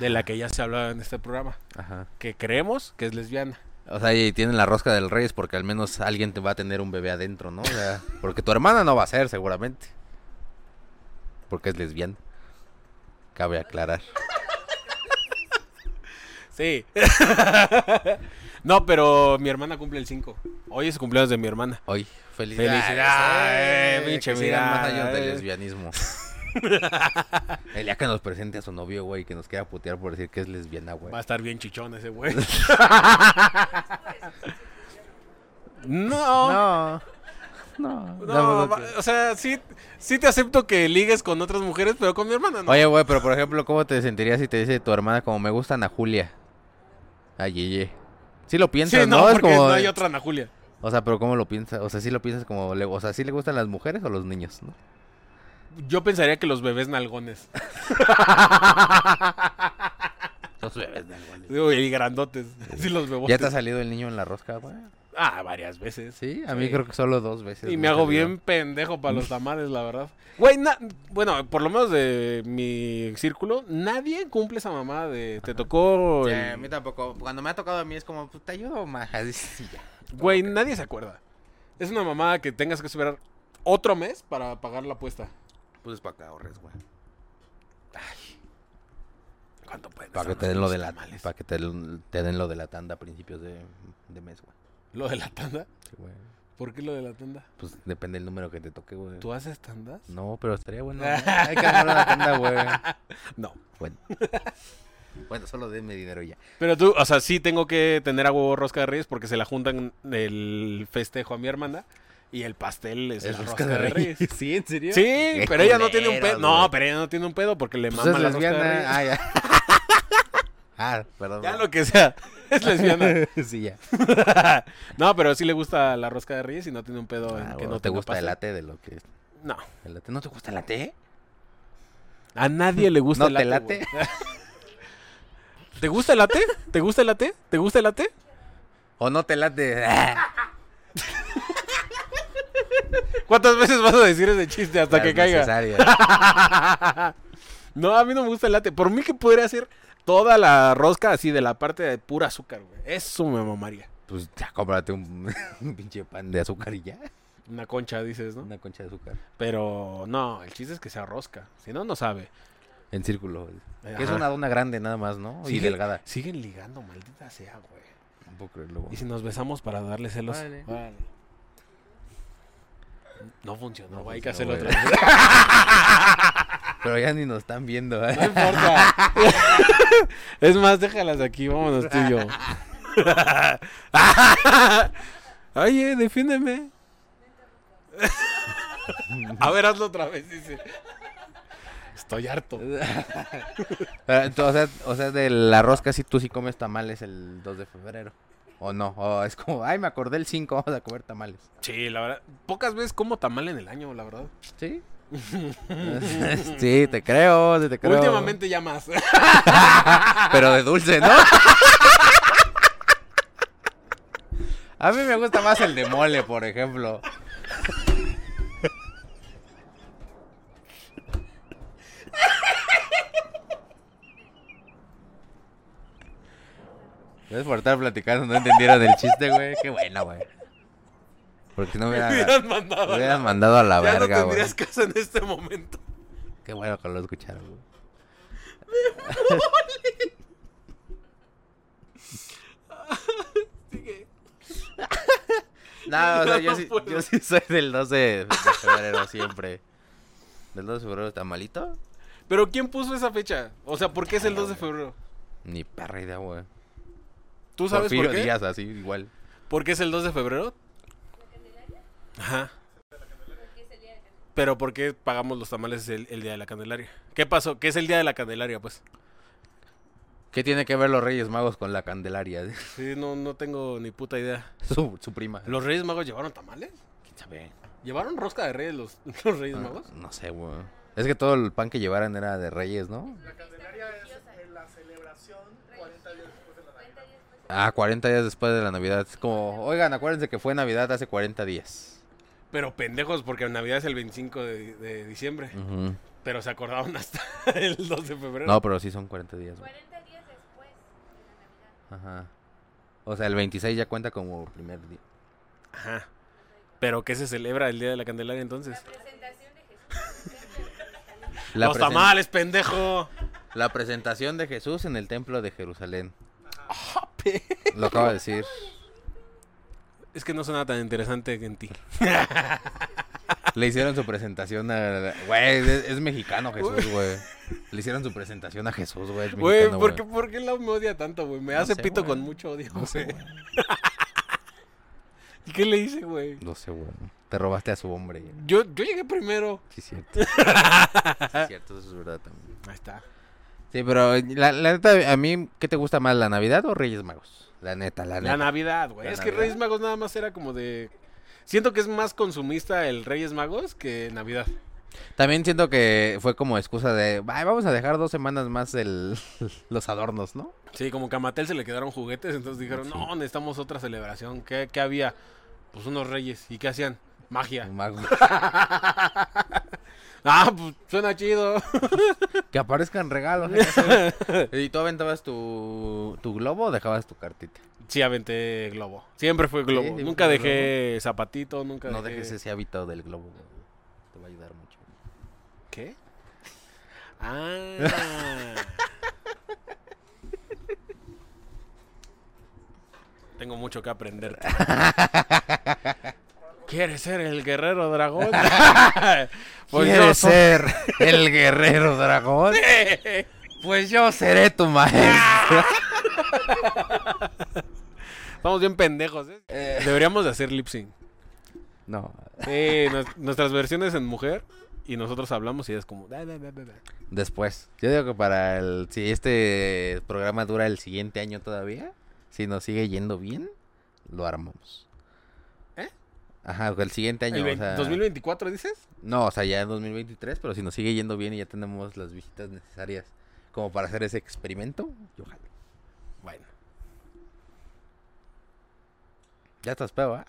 Speaker 2: de la que ya se hablaba en este programa
Speaker 1: Ajá.
Speaker 2: que creemos que es lesbiana.
Speaker 1: O sea, y tienen la rosca del Reyes porque al menos alguien te va a tener un bebé adentro, ¿no? O
Speaker 2: <laughs>
Speaker 1: sea, porque tu hermana no va a ser, seguramente. Porque es lesbiana. Cabe aclarar.
Speaker 2: Sí. <laughs> no, pero mi hermana cumple el 5. Hoy es cumpleaños de mi hermana.
Speaker 1: Hoy, felicidades. eh,
Speaker 2: Felicidades, pinche
Speaker 1: que sigan más
Speaker 2: mirada,
Speaker 1: años de
Speaker 2: eh. <laughs>
Speaker 1: lesbianismo. El día que nos presente a su novio, güey, que nos quiera putear por decir que es lesbiana, güey.
Speaker 2: Va a estar bien chichón ese güey. <laughs> no.
Speaker 1: No. No.
Speaker 2: No,
Speaker 1: no,
Speaker 2: va- o sea, sí, sí te acepto que ligues con otras mujeres, pero con mi hermana no.
Speaker 1: Oye, güey, pero por ejemplo, ¿cómo te sentirías si te dice tu hermana como me gustan a Julia? A Yeye. Sí lo
Speaker 2: sí,
Speaker 1: piensas,
Speaker 2: no,
Speaker 1: ¿no? Es
Speaker 2: porque
Speaker 1: como...
Speaker 2: no hay otra Ana Julia.
Speaker 1: O sea, pero ¿cómo lo piensas? O sea, ¿sí lo piensas como... le- O sea, ¿sí le gustan las mujeres o los niños? ¿no?
Speaker 2: Yo pensaría que los bebés nalgones.
Speaker 1: Los bebés
Speaker 2: Digo, y grandotes. <laughs> Sí, los bebotes.
Speaker 1: ¿Ya te ha salido el niño en la rosca, güey?
Speaker 2: Ah, varias veces.
Speaker 1: Sí, a mí
Speaker 2: Sí.
Speaker 1: creo que solo dos veces.
Speaker 2: Y
Speaker 1: me
Speaker 2: me
Speaker 1: ha
Speaker 2: hago
Speaker 1: salido.
Speaker 2: bien pendejo
Speaker 1: <laughs>
Speaker 2: para los tamales, la verdad. Güey, na- bueno, por lo menos de mi círculo, nadie cumple esa mamada de te tocó.
Speaker 1: Sí,
Speaker 2: el-
Speaker 1: a mí tampoco. Cuando me ha tocado a mí es como, pues, te ayudo más. <laughs> Así, sí, ya.
Speaker 2: Güey, nadie se acuerda. Es una mamada que tengas que esperar otro mes para pagar la apuesta.
Speaker 1: Pues es para que ahorres, güey.
Speaker 2: ¿Cuánto pueden
Speaker 1: Para que
Speaker 2: estar
Speaker 1: te den lo
Speaker 2: los
Speaker 1: de
Speaker 2: pinches
Speaker 1: la...
Speaker 2: tamales?
Speaker 1: Para que te, te den lo de la tanda a principios de, de mes, güey.
Speaker 2: ¿Lo de la tanda?
Speaker 1: Sí, güey.
Speaker 2: ¿Por qué lo de la tanda?
Speaker 1: Pues depende del número que te toque, güey.
Speaker 2: ¿Tú haces tandas?
Speaker 1: No, pero estaría bueno.
Speaker 2: <laughs>
Speaker 1: ¿no? Hay que armar una tanda, güey.
Speaker 2: No.
Speaker 1: Bueno. bueno, solo denme dinero y ya.
Speaker 2: Pero tú, o sea, sí tengo que tener a huevo rosca de reyes porque se la juntan el festejo a mi hermana y el pastel es,
Speaker 1: Es
Speaker 2: la rosca, de reyes.
Speaker 1: <laughs> ¿Sí? ¿En serio?
Speaker 2: Sí,
Speaker 1: Qué
Speaker 2: pero ella no tiene un
Speaker 1: culero,
Speaker 2: pedo. No,
Speaker 1: güey.
Speaker 2: pero ella no tiene un pedo porque le
Speaker 1: Pues
Speaker 2: mama
Speaker 1: es
Speaker 2: la rosca de reyes.
Speaker 1: lesbiana. Ah, ya. <laughs> ah, perdón.
Speaker 2: Ya lo que sea, <laughs> es lesbiana. <laughs>
Speaker 1: <laughs> sí, ya.
Speaker 2: no, pero sí le gusta la rosca de reyes y no tiene un pedo en
Speaker 1: Ah,
Speaker 2: que
Speaker 1: bueno,
Speaker 2: no
Speaker 1: te
Speaker 2: tenga
Speaker 1: gusta el
Speaker 2: pastel.
Speaker 1: latte de lo que es.
Speaker 2: No.
Speaker 1: El latte. ¿No te gusta el latte?
Speaker 2: A nadie le gusta
Speaker 1: ¿No
Speaker 2: el
Speaker 1: te
Speaker 2: late,
Speaker 1: late?
Speaker 2: güey. <laughs> ¿Te gusta el latte? ¿Te gusta el latte? ¿Te gusta el latte?
Speaker 1: O no te <laughs> late.
Speaker 2: ¿Cuántas veces vas a decir ese chiste hasta
Speaker 1: Las
Speaker 2: que caiga? <laughs>
Speaker 1: necesarias.
Speaker 2: No, a mí no me gusta el latte. Por mí que pudiera hacer toda la rosca así de la parte de pura azúcar, güey. Eso me mamaría.
Speaker 1: Pues ya cómprate un, <laughs> un pinche pan de azúcar y ya.
Speaker 2: Una concha, dices, ¿no?
Speaker 1: Una concha de azúcar.
Speaker 2: Pero no, el chiste es que sea rosca. Si no, no sabe.
Speaker 1: En círculo. Que es
Speaker 2: Ajá.
Speaker 1: una dona grande nada más, ¿no? Y
Speaker 2: Sigue-
Speaker 1: delgada.
Speaker 2: Siguen ligando, maldita sea, güey.
Speaker 1: No puedo creerlo, güey.
Speaker 2: Y si nos besamos para darle celos.
Speaker 1: Órale.
Speaker 2: Órale. No funcionó,
Speaker 1: No
Speaker 2: güey, hay que hacerlo
Speaker 1: funcionó,
Speaker 2: otra
Speaker 1: güey.
Speaker 2: vez.
Speaker 1: Pero ya ni nos están viendo, ¿eh?
Speaker 2: No importa. <laughs> es más, déjalas aquí, vámonos tú y <laughs> yo. Oye, defiéndeme. A ver, hazlo otra vez, dice. Estoy harto.
Speaker 1: Pero, Ah, tú, o, sea, o sea, de la rosca, si tú sí comes tamales el 2 de febrero. O no. O es como, ay, me acordé el 5, vamos a comer tamales.
Speaker 2: Sí, la verdad. Pocas veces como tamal en el año, la verdad.
Speaker 1: ¿Sí? <laughs> sí, te creo, sí te creo.
Speaker 2: Últimamente ya más.
Speaker 1: Pero de dulce, ¿no? A mí me gusta más el de mole, por ejemplo. ¿Ves por estar platicando? No entendieron el chiste, güey. Qué bueno, güey. Porque si no
Speaker 2: <laughs> Me
Speaker 1: hubiera,
Speaker 2: hubieran mandado. a
Speaker 1: me
Speaker 2: la-
Speaker 1: hubieran mandado a la
Speaker 2: ya
Speaker 1: verga,
Speaker 2: no
Speaker 1: güey.
Speaker 2: tendrías casa en este momento.
Speaker 1: Qué bueno que lo escucharon, güey.
Speaker 2: <laughs> Sigue.
Speaker 1: No, o sea,
Speaker 2: No
Speaker 1: yo, sí,
Speaker 2: puedo.
Speaker 1: yo sí soy del 12 de de febrero siempre. ¿Del 12 de febrero tamalito?
Speaker 2: Pero ¿quién puso esa fecha? O sea, ¿por qué es el 2 de febrero?
Speaker 1: Ni perra idea, güey.
Speaker 2: ¿Tú sabes
Speaker 1: Porfirio
Speaker 2: por qué?
Speaker 1: Díaz, así, igual.
Speaker 2: ¿Por qué es el 2 de febrero? Ajá. Pero ¿por qué pagamos los tamales el, el día de la Candelaria? ¿Qué pasó? ¿Qué es el día de la Candelaria, pues?
Speaker 1: ¿Qué tiene que ver los Reyes Magos con la Candelaria? <laughs>
Speaker 2: Sí, no, no tengo ni puta idea.
Speaker 1: Su, su prima.
Speaker 2: ¿Los Reyes Magos llevaron tamales?
Speaker 1: ¿Quién sabe?
Speaker 2: ¿Llevaron rosca de reyes los, <laughs> los Reyes
Speaker 1: No,
Speaker 2: Magos?
Speaker 1: Ah, no sé, güey. Es que todo el pan que llevaran era de Reyes, ¿no?
Speaker 3: La Candelaria es eh, la celebración 40 días después de la Navidad.
Speaker 1: Ah, 40 días después de la Navidad. Es como, oigan, acuérdense que fue Navidad hace 40 días.
Speaker 2: Pero pendejos, porque Navidad es el 25 de, de diciembre.
Speaker 1: Ujú.
Speaker 2: Pero se acordaron <laughs> hasta el 2 de febrero.
Speaker 1: No, pero sí son 40 días, güey.
Speaker 4: 40 días después de la Navidad.
Speaker 1: Ajá. O sea, el 26 ya cuenta como primer día.
Speaker 2: Ajá. ¿Pero qué se celebra el día de la Candelaria entonces?
Speaker 4: La presentación de Jesús.
Speaker 1: La
Speaker 2: los
Speaker 1: presen-
Speaker 2: tamales, pendejo.
Speaker 1: La presentación de Jesús en el templo de Jerusalén. Lo acabo
Speaker 4: <laughs>
Speaker 1: de decir.
Speaker 2: <laughs> Es que no suena tan interesante en ti.
Speaker 1: Le hicieron su presentación a... Güey, es, es mexicano Jesús, güey. Le hicieron su presentación a Jesús, güey. es
Speaker 2: Güey,
Speaker 1: mexicano,
Speaker 2: ¿por qué, ¿por qué la me odia tanto, güey? Me
Speaker 1: No
Speaker 2: hace
Speaker 1: sé,
Speaker 2: pito
Speaker 1: güey.
Speaker 2: con mucho odio,
Speaker 1: No sé,
Speaker 2: güey.
Speaker 1: güey.
Speaker 2: <laughs> ¿Y qué le hice, güey?
Speaker 1: No sé, güey. Te robaste a su hombre.
Speaker 2: Yo, yo llegué primero.
Speaker 1: Sí,
Speaker 2: <laughs>
Speaker 1: cierto. Sí, cierto, eso es verdad también.
Speaker 2: Ahí está.
Speaker 1: Sí, pero la, la neta, a mí, ¿qué te gusta más, la Navidad o Reyes Magos? La neta, la neta.
Speaker 2: La Navidad, güey.
Speaker 1: La
Speaker 2: Es que
Speaker 1: Navidad.
Speaker 2: Reyes Magos nada más era como de... Siento que es más consumista el Reyes Magos que Navidad.
Speaker 1: También siento que fue como excusa de, "Ay, vamos a dejar dos semanas más el, <laughs> los adornos, ¿no?
Speaker 2: Sí, como que a Mattel se le quedaron juguetes, entonces dijeron,
Speaker 1: Sí.
Speaker 2: no, necesitamos otra celebración. ¿Qué, qué había? Pues unos reyes. ¿Y qué hacían? Magia.
Speaker 1: Magos.
Speaker 2: <laughs> Ah, pues suena chido.
Speaker 1: <laughs>
Speaker 2: <laughs>
Speaker 1: Que aparezcan regalos. ¿Y tú aventabas tu, tu globo o dejabas tu cartita?
Speaker 2: Sí, aventé globo. Siempre fue globo.
Speaker 1: siempre
Speaker 2: nunca
Speaker 1: fue
Speaker 2: dejé zapatito, nunca
Speaker 1: No
Speaker 2: dejé-
Speaker 1: dejes ese hábito del globo. güey. Te va a ayudar mucho.
Speaker 2: ¿Qué? Ah. <laughs> Tengo mucho que aprender.
Speaker 1: <laughs>
Speaker 2: ¿Quieres ser el guerrero
Speaker 1: <laughs>
Speaker 2: dragón? pues yo
Speaker 1: ¿Quieres
Speaker 2: soy-
Speaker 1: ser <laughs> el guerrero dragón? Pues yo seré tu maestro.
Speaker 2: Estamos bien pendejos, ¿eh?
Speaker 1: Eh.
Speaker 2: Deberíamos de hacer lip
Speaker 1: <laughs>
Speaker 2: sync.
Speaker 1: No,
Speaker 2: Sí, nues- nuestras versiones en mujer y nosotros hablamos y es como... "Da, da, da, da, da".
Speaker 1: después. Yo digo que para el... Si este programa dura el siguiente año todavía, si nos sigue yendo bien, lo armamos.
Speaker 2: ¿Eh?
Speaker 1: Ajá, el siguiente año.
Speaker 2: El
Speaker 1: o
Speaker 2: vein-
Speaker 1: sea,
Speaker 2: ¿2024 dices?
Speaker 1: No, o sea, ya en 2023, pero si nos sigue yendo bien y ya tenemos las visitas necesarias como para hacer ese experimento, yo jalo.
Speaker 2: Bueno.
Speaker 1: Ya estás pedo, ¿ah?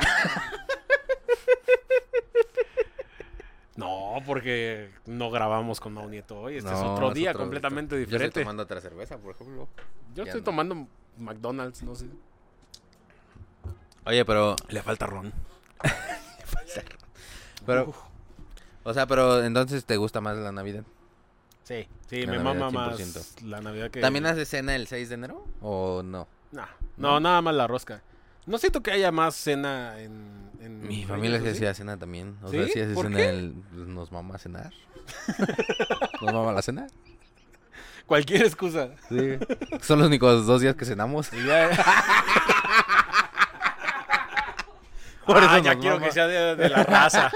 Speaker 2: No, porque no grabamos con Mau Nieto hoy. Este es
Speaker 1: No,
Speaker 2: otro día
Speaker 1: otro-
Speaker 2: completamente
Speaker 1: Yo estoy
Speaker 2: diferente.
Speaker 1: tomando otra cerveza, por ejemplo.
Speaker 2: Yo
Speaker 1: Ya
Speaker 2: estoy
Speaker 1: no.
Speaker 2: tomando McDonald's, no sé.
Speaker 1: Oye, pero,
Speaker 2: Le falta ron.
Speaker 1: pero,
Speaker 2: Uf.
Speaker 1: o sea, pero entonces te gusta más la Navidad.
Speaker 2: Sí, sí,
Speaker 1: La
Speaker 2: me
Speaker 1: Navidad
Speaker 2: mama
Speaker 1: 100%.
Speaker 2: más la Navidad que...
Speaker 1: ¿También haces cena el 6 de enero o no?
Speaker 2: Nah, no, nada más la rosca. No siento que haya más cena en... en
Speaker 1: Mi
Speaker 2: Reyes,
Speaker 1: familia
Speaker 2: ¿o
Speaker 1: se
Speaker 2: sí?
Speaker 1: hacía cena también. O
Speaker 2: ¿Sí?
Speaker 1: sea, sí hace
Speaker 2: ¿Por
Speaker 1: cena
Speaker 2: qué?
Speaker 1: el- Nos mama
Speaker 2: <laughs>
Speaker 1: cenar. ¿Nos mama la cena?
Speaker 2: Cualquier excusa.
Speaker 1: Sí. Son los únicos dos días que cenamos. <laughs> Por
Speaker 2: ah,
Speaker 1: eso
Speaker 2: ya
Speaker 1: nos
Speaker 2: quiero
Speaker 1: mama.
Speaker 2: que sea de, de la
Speaker 1: <laughs>
Speaker 2: raza.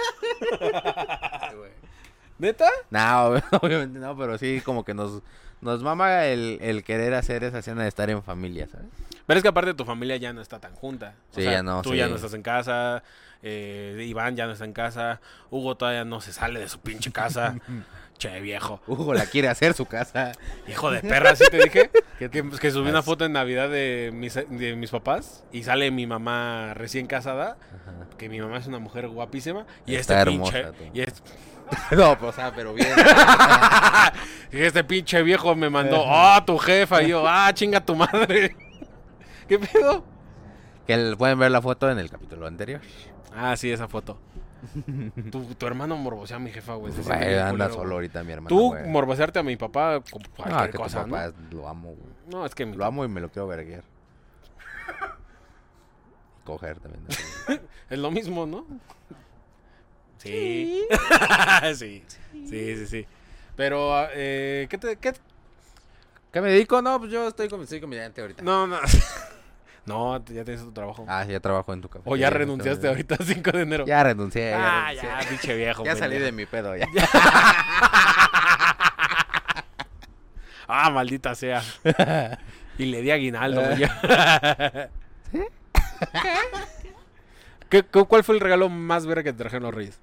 Speaker 2: ¿Neta?
Speaker 1: No, ob- <laughs> obviamente no, pero sí como que nos, nos mama el, el querer hacer esa cena de estar en familia, ¿sabes?
Speaker 2: Pero es que aparte tu familia ya no está tan junta. O
Speaker 1: Sí,
Speaker 2: sea,
Speaker 1: ya no,
Speaker 2: Tú
Speaker 1: sí.
Speaker 2: ya no estás en casa. eh, Iván ya no está en casa. Hugo todavía no se sale de su pinche
Speaker 1: <laughs>
Speaker 2: casa. che, viejo.
Speaker 1: Hugo la quiere hacer su casa.
Speaker 2: Hijo de perra, ¿sí te
Speaker 1: <laughs>
Speaker 2: dije? que, pues, que subí una foto en Navidad de mis, de mis papás y sale mi mamá recién casada.
Speaker 1: Ajá.
Speaker 2: Que mi mamá es una mujer guapísima. Y
Speaker 1: Está
Speaker 2: este pinche.
Speaker 1: hermosa tu
Speaker 2: y es-
Speaker 1: <laughs> No, pues, o sea, pero bien.
Speaker 2: Y este pinche viejo me mandó,
Speaker 1: <laughs>
Speaker 2: ¡ah, tu jefa! Y yo, ¡ah, chinga tu madre! <laughs> ¿Qué pedo?
Speaker 1: Que el- pueden ver la foto en el capítulo anterior.
Speaker 2: Ah, sí, esa
Speaker 1: <laughs>
Speaker 2: foto. Tu, tu hermano morboseó a mi jefa, güey. se
Speaker 1: Güey,
Speaker 2: siente bien
Speaker 1: anda
Speaker 2: culero,
Speaker 1: solo
Speaker 2: güey.
Speaker 1: ahorita mi hermano.
Speaker 2: Tú
Speaker 1: güey.
Speaker 2: morbosearte a mi papá con
Speaker 1: Ah,
Speaker 2: cualquier
Speaker 1: que tu
Speaker 2: cosa,
Speaker 1: papá lo amo, güey.
Speaker 2: ¿no? No, es que mi
Speaker 1: Lo amo y me lo quiero verguer. Coger también. ¿no?
Speaker 2: Es lo
Speaker 1: <laughs>
Speaker 2: mismo, ¿no? Sí. <laughs> sí. Sí, sí, sí. Pero, ah, eh, ¿qué te...? Qué...
Speaker 1: ¿Qué me dedico? No, pues yo estoy con, soy comediante ahorita.
Speaker 2: No, <laughs> no. No, ya tienes tu trabajo.
Speaker 1: Ah, ya trabajo en tu café.
Speaker 2: o ya renunciaste ahorita <laughs> 5 de enero.
Speaker 1: Ya renuncié. Ya,
Speaker 2: ah,
Speaker 1: renuncié.
Speaker 2: ya, pinche viejo.
Speaker 1: Ya salí
Speaker 2: pendejo.
Speaker 1: de mi pedo, ya.
Speaker 2: <laughs> Ah, maldita sea. Y le di aguinaldo.
Speaker 1: <laughs>
Speaker 2: güey. <laughs> ¿Qué- cu- cuál fue el regalo más verga que te trajeron los Reyes?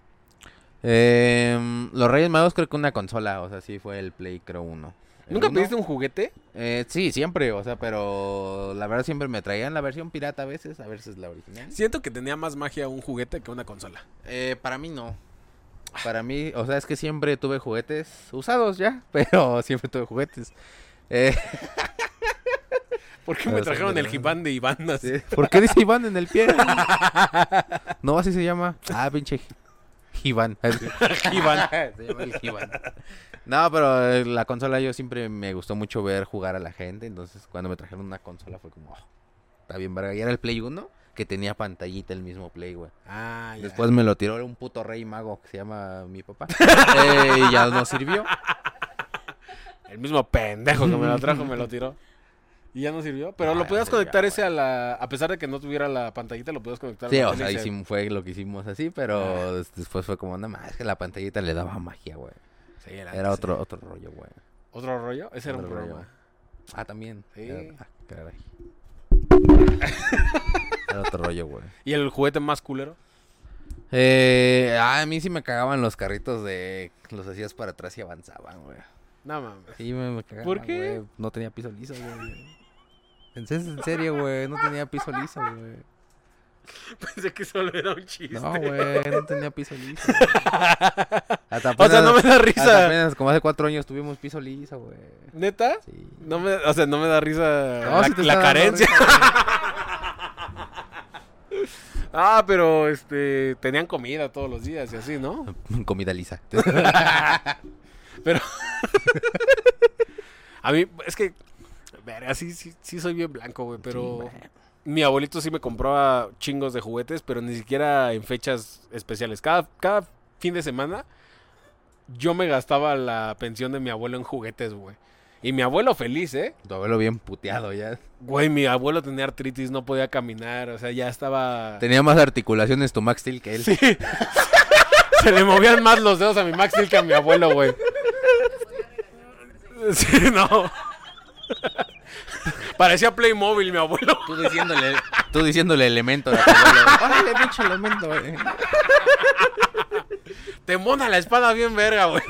Speaker 1: Em, los Reyes Magos creo que una consola, o sea, sí fue el Play, creo uno. El
Speaker 2: ¿Nunca
Speaker 1: uno,
Speaker 2: pediste un juguete?
Speaker 1: eh, sí, siempre, o sea, pero la verdad siempre me traían la versión pirata a veces, a veces la original.
Speaker 2: Siento que tenía más magia un juguete que una consola.
Speaker 1: Eh, para mí no. Para mí, o sea, es que siempre tuve juguetes usados ya, <laughs> pero siempre tuve juguetes. Eh,
Speaker 2: ¿Por qué
Speaker 1: Ah,
Speaker 2: me
Speaker 1: sí,
Speaker 2: trajeron el
Speaker 1: ¿verdad?
Speaker 2: gibán de Iván? así?
Speaker 1: ¿Por qué dice Iván en el pie? No, así se llama. Ah, pinche Iván. <laughs>
Speaker 2: <laughs> Iván.
Speaker 1: Se llama el Iván. No, pero eh, la consola yo siempre me gustó mucho ver jugar a la gente. Entonces, cuando me trajeron una consola fue como, "Oh, está bien, verga. Y era el Play 1 que tenía pantallita el mismo Play, güey.
Speaker 2: Ah, ya.
Speaker 1: Después me lo tiró un puto rey mago que se llama mi papá. <laughs> Eh, y ya no sirvió.
Speaker 2: El mismo pendejo que me lo trajo
Speaker 1: <laughs>
Speaker 2: me lo tiró. Y ya no sirvió. Pero
Speaker 1: No,
Speaker 2: lo
Speaker 1: ya
Speaker 2: podías
Speaker 1: no sirvió,
Speaker 2: conectar ese a la. A pesar de que no tuviera la pantallita, lo podías conectar. a
Speaker 1: Sí,
Speaker 2: la
Speaker 1: o
Speaker 2: tele
Speaker 1: sea,
Speaker 2: y se-
Speaker 1: hicimos, fue lo que hicimos así, pero des- después fue como, nada más, es que la pantallita le daba magia, güey.
Speaker 2: Sí, la neta,
Speaker 1: Era
Speaker 2: Ah, sí.
Speaker 1: otro, otro rollo, güey.
Speaker 2: ¿Otro rollo? Ese era un
Speaker 1: Otro rollo.
Speaker 2: programa.
Speaker 1: Ah, también.
Speaker 2: Sí.
Speaker 1: Era- ah,
Speaker 2: <laughs>
Speaker 1: caray. Era otro rollo, güey.
Speaker 2: ¿Y el juguete más culero?
Speaker 1: Eh, ah, a mí sí me cagaban los carritos de... Los hacías para atrás y avanzaban, güey.
Speaker 2: No mames.
Speaker 1: Sí, me, me cagaban,
Speaker 2: ¿Por qué?
Speaker 1: güey. No tenía piso liso, güey. En se- en serio, güey, no tenía piso liso, güey.
Speaker 2: <laughs> Pensé que solo era un chiste.
Speaker 1: No, güey, no tenía piso liso. <laughs> güey. Hasta
Speaker 2: o sea, no me da
Speaker 1: Hasta
Speaker 2: risa.
Speaker 1: apenas, como hace cuatro años tuvimos piso liso, güey.
Speaker 2: ¿Neta?
Speaker 1: Sí.
Speaker 2: No me, o sea, no me da risa
Speaker 1: No,
Speaker 2: la,
Speaker 1: sí te está
Speaker 2: la
Speaker 1: dando
Speaker 2: carencia.
Speaker 1: risa.
Speaker 2: <laughs> Ah, pero este tenían comida todos los días y así, ¿no?
Speaker 1: <laughs> Comida lisa.
Speaker 2: Pero. a mí, es que. Verga, sí, sí, sí soy bien blanco, güey. <laughs> Pero. mi abuelito sí me compraba chingos de juguetes, pero ni siquiera en fechas especiales. Cada, cada fin de semana yo me gastaba la pensión de mi abuelo en juguetes, güey. Y mi abuelo feliz, ¿eh?
Speaker 1: Tu abuelo bien puteado ya.
Speaker 2: Güey, mi abuelo tenía artritis, no podía caminar, o sea, ya estaba...
Speaker 1: Tenía más articulaciones tu Max Steel que <laughs> él.
Speaker 2: Se le movían más los dedos a mi Max Steel que a mi abuelo, güey. Sí, no. Parecía Playmobil mi abuelo.
Speaker 1: Tú diciéndole, tú diciéndole elemento.
Speaker 2: <laughs>
Speaker 1: a tu abuelo. Órale, pinche elemento, güey.
Speaker 2: Te mona la espada bien verga, güey.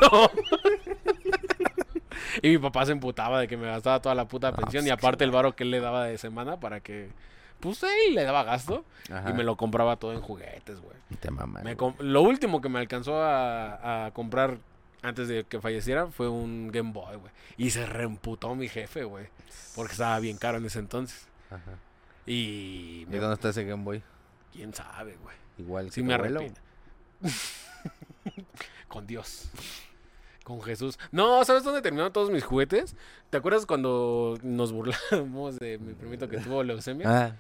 Speaker 2: Y mi papá se emputaba de que me gastaba toda la puta
Speaker 1: No,
Speaker 2: pensión.
Speaker 1: pues,
Speaker 2: y
Speaker 1: qué
Speaker 2: aparte el varo que él le daba de semana para que. Pues él le daba gasto.
Speaker 1: Ajá.
Speaker 2: Y me lo compraba todo en juguetes, güey.
Speaker 1: Te maman,
Speaker 2: Me
Speaker 1: güey.
Speaker 2: com- lo último que me alcanzó a, a comprar antes de que falleciera fue un Game Boy, güey. Y se reemputó mi jefe, güey. Porque estaba bien caro en ese entonces.
Speaker 1: Ajá.
Speaker 2: Y.
Speaker 1: ¿Y dónde está ese Game Boy?
Speaker 2: ¿Quién sabe, güey?
Speaker 1: Igual.
Speaker 2: Sí
Speaker 1: que tu
Speaker 2: me
Speaker 1: abuelo.
Speaker 2: arrepiento. <laughs> Con Dios. Con Jesús. No, ¿sabes dónde terminaron todos mis juguetes? ¿Te acuerdas cuando nos burlamos de mi primito que tuvo leucemia?
Speaker 1: Ah,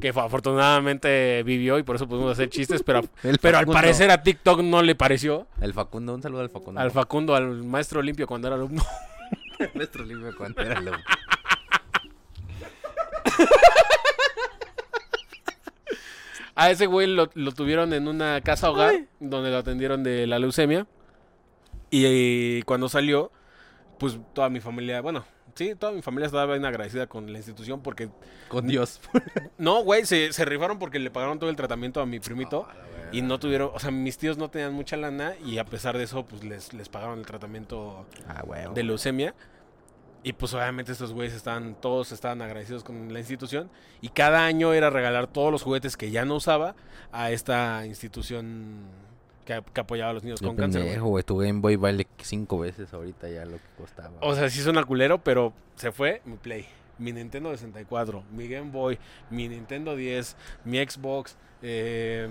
Speaker 2: Que fa- afortunadamente vivió y por eso pudimos hacer chistes,
Speaker 1: <laughs>
Speaker 2: pero,
Speaker 1: El
Speaker 2: pero al
Speaker 1: Facundo.
Speaker 2: parecer a TikTok no le pareció.
Speaker 1: el Facundo, un saludo al Facundo.
Speaker 2: Al Facundo, al maestro limpio cuando era alumno.
Speaker 1: <laughs>
Speaker 2: <laughs>
Speaker 1: Nuestro libro cuando era lobo.
Speaker 2: A ese güey lo, lo tuvieron en una casa hogar donde lo atendieron de la leucemia. Y, eh, cuando salió, pues toda mi familia, bueno, sí, toda mi familia estaba bien agradecida con la institución porque...
Speaker 1: Con Dios.
Speaker 2: No, güey, se, se rifaron porque le pagaron todo el tratamiento a mi primito.
Speaker 1: Ah,
Speaker 2: y no tuvieron, o sea, mis tíos no tenían mucha lana y a pesar de eso, pues les, les pagaron el tratamiento
Speaker 1: Ah, huevo.
Speaker 2: de leucemia. Y pues obviamente estos güeyes estaban, todos estaban agradecidos con la institución. Y cada año era regalar todos los juguetes que ya no usaba a esta institución que, que apoyaba a los niños
Speaker 1: Qué
Speaker 2: con cáncer. güey.
Speaker 1: pendejo, Pues güey. Tu Game Boy vale cinco veces ahorita ya lo que costaba.
Speaker 2: O sea, sí suena culero, pero se fue mi Play, mi Nintendo 64, mi Game Boy, mi Nintendo 10, mi Xbox. eh,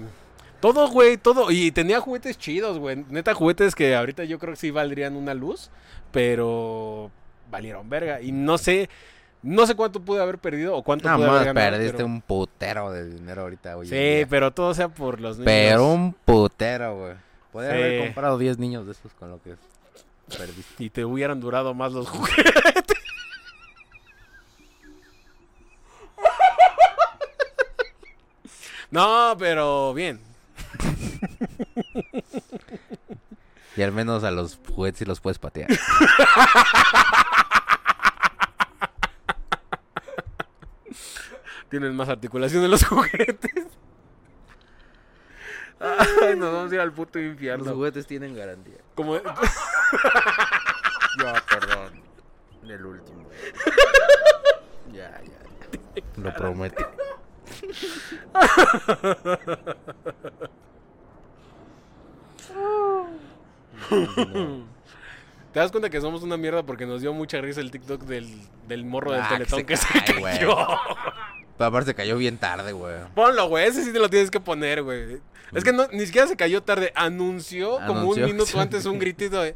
Speaker 2: todo, güey, todo. Y tenía juguetes chidos, güey. Neta, juguetes que ahorita yo creo que sí valdrían una luz, pero valieron verga. Y no sé, no sé cuánto pude haber perdido o cuánto
Speaker 1: Nada
Speaker 2: pude haber
Speaker 1: más
Speaker 2: ganado.
Speaker 1: perdiste
Speaker 2: pero-
Speaker 1: un putero de dinero ahorita, güey.
Speaker 2: Sí, pero todo sea por los niños.
Speaker 1: Pero un putero, güey. Podría
Speaker 2: Sí.
Speaker 1: haber comprado 10 niños de esos con lo que perdiste.
Speaker 2: Y te hubieran durado más los <laughs> juguetes. No, pero bien.
Speaker 1: Y al menos a los juguetes sí los puedes <laughs> patear.
Speaker 2: Tienen más articulación en los <laughs> juguetes. Ay, nos vamos a ir al puto infierno.
Speaker 1: juguetes tienen garantía.
Speaker 2: Como...
Speaker 1: Ya, perdón. Del último. ya, ya. Lo prometo.
Speaker 2: Te das cuenta que somos una mierda porque nos dio mucha risa el TikTok del, del morro del
Speaker 1: Ah, que
Speaker 2: teletón
Speaker 1: se
Speaker 2: que se
Speaker 1: cae, güey.
Speaker 2: cayó.
Speaker 1: Pero aparte se cayó bien tarde, güey.
Speaker 2: Ponlo, güey. Ese sí te lo tienes que poner, güey. Es que no, ni siquiera se cayó tarde. Anunció, como un
Speaker 1: Anunció. <laughs>
Speaker 2: minuto antes un gritito de.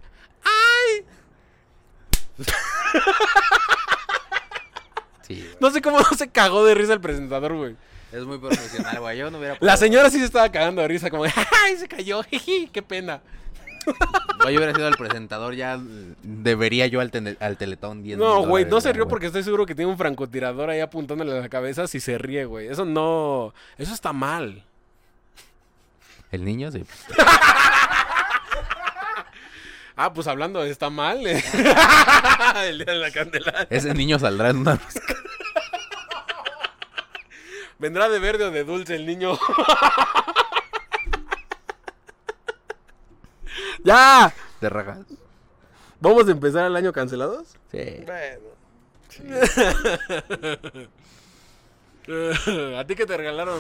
Speaker 1: Sí, güey.
Speaker 2: No sé cómo <laughs> no se cagó de risa el presentador, güey.
Speaker 1: Es muy profesional, güey. Yo no hubiera
Speaker 2: La señora sí se estaba cagando de risa, como de, <laughs> ¡ay! Se cayó, jiji, qué pena.
Speaker 1: No, yo hubiera sido el presentador, ya debería yo al, tele- al Teletón 10
Speaker 2: No, güey, no se rió
Speaker 1: porque
Speaker 2: porque estoy seguro que tiene un francotirador ahí apuntándole a la cabeza si se ríe, güey. Eso no. Eso está mal.
Speaker 1: El niño sí.
Speaker 2: Ah, pues hablando de está mal. eh. <laughs> el día de la candelaria.
Speaker 1: Ese niño saldrá en una.
Speaker 2: Vendrá de verde o de dulce el niño. <laughs> ¡Ya!
Speaker 1: ¿Te rajas?
Speaker 2: ¿Vamos a empezar el año cancelados?
Speaker 1: Sí.
Speaker 2: <laughs> ¿A ti qué te regalaron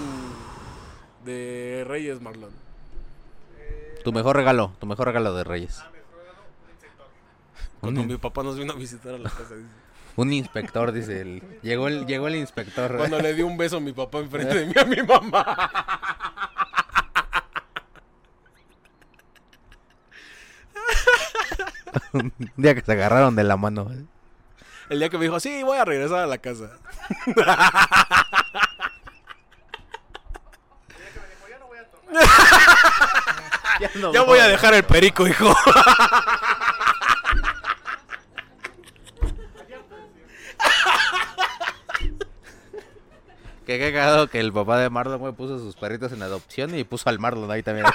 Speaker 2: de Reyes, Marlon?
Speaker 1: Tu mejor regalo, tu mejor regalo de Reyes.
Speaker 2: Cuando mi
Speaker 1: Un,
Speaker 2: papá nos vino a visitar a la casa. <laughs> dice.
Speaker 1: un inspector, dice él. Llegó el, llegó el inspector. ¿eh?
Speaker 2: Cuando le di un beso a mi papá enfrente de mí a mi mamá.
Speaker 1: Un día que se agarraron de la mano. ¿eh?
Speaker 2: El día que me dijo, sí, voy a regresar a la casa.
Speaker 1: Ya,
Speaker 2: Ah, Ya voy a dejar el perico, hijo.
Speaker 1: Que qué cagado que el papá de Marlon, güey, puso sus perritos en adopción y puso al Marlon ahí también.
Speaker 2: <laughs>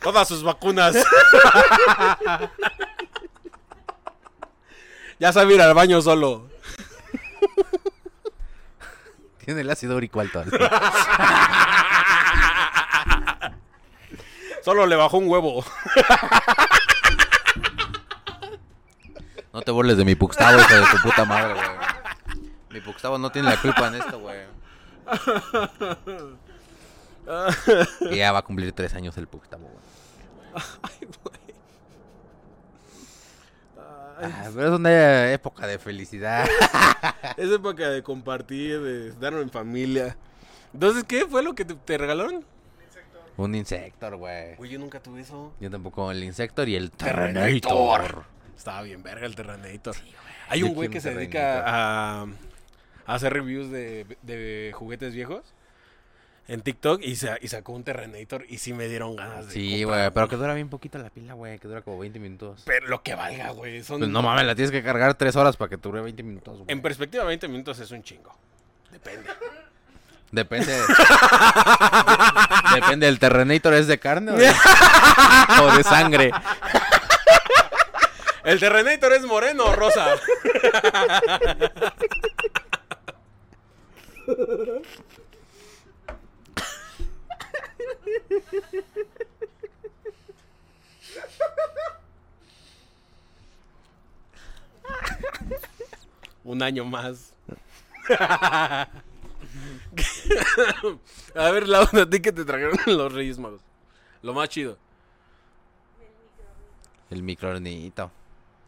Speaker 2: Todas sus vacunas. <laughs> ya sabe ir al baño solo.
Speaker 1: <laughs> Tiene el ácido úrico alto. así.
Speaker 2: Solo le bajó un huevo.
Speaker 1: te burles de mi Puxtavo, hijo de tu puta madre, güey. Mi Puxtavo no tiene la culpa en esto, güey. Y ya va a cumplir tres años el Puxtavo, güey. Ah, pero es una época de felicidad.
Speaker 2: Es época de compartir, de estar en familia. Entonces, ¿qué fue lo que te, te regalaron?
Speaker 1: Un Insector, güey.
Speaker 2: Güey, yo nunca tuve eso.
Speaker 1: Yo tampoco, el Insector y el
Speaker 2: Terrenator.
Speaker 1: Terrenator.
Speaker 2: Estaba bien verga el Terrenator. Hay
Speaker 1: Yo
Speaker 2: un güey
Speaker 1: quiero
Speaker 2: que
Speaker 1: un
Speaker 2: se dedica a, a hacer reviews de, de juguetes viejos en TikTok y, sa- y sacó un Terrenator y sí me dieron ganas Ah, de
Speaker 1: Sí,
Speaker 2: comprar
Speaker 1: güey,
Speaker 2: uno.
Speaker 1: pero que dura bien poquito la pila, güey, que dura como 20 minutos.
Speaker 2: Pero lo que valga, güey. Son...
Speaker 1: Pues no mames, la tienes que cargar 3 horas para que dure 20 minutos, güey.
Speaker 2: En perspectiva, 20 minutos es un chingo. Depende.
Speaker 1: <laughs> Depende. Depende, ¿el Terrenator es de carne o <laughs> de, o de sangre?
Speaker 2: ¿El Terrenator es moreno o rosa? Un año más. A ver, Laura, ¿a ti qué te trajeron los Reyes Magos? Lo más chido.
Speaker 1: El microornito.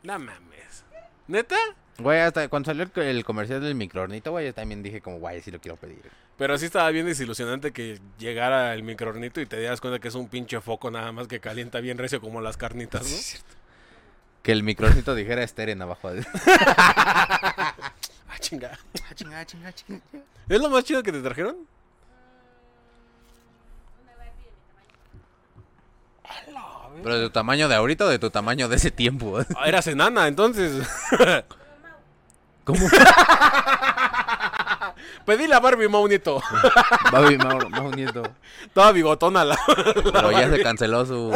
Speaker 2: No mames. ¿Neta?
Speaker 1: Güey, hasta cuando salió el, el comercial del microornito, güey, yo también dije como, güey, sí lo quiero pedir.
Speaker 2: Pero sí estaba bien desilusionante que llegara el microornito y te dieras cuenta que es un pinche foco nada más que calienta bien recio como las carnitas, ¿no?
Speaker 1: Que el microornito dijera Steren abajo. de-
Speaker 2: Ah, chinga. ah, ¿Es lo más chido que te trajeron?
Speaker 4: Una Barbie de mi tamaño.
Speaker 1: <laughs> Pero de tu tamaño de ahorita o de tu tamaño de ese tiempo.
Speaker 2: Ah, eras enana, entonces. <laughs>
Speaker 4: Como Mau.
Speaker 1: <laughs> ¿Cómo?
Speaker 2: Pedí la Barbie Maunito.
Speaker 1: Babi Mau- Mau Nieto.
Speaker 2: Toda bigotona la- <laughs>
Speaker 1: Pero ya se canceló su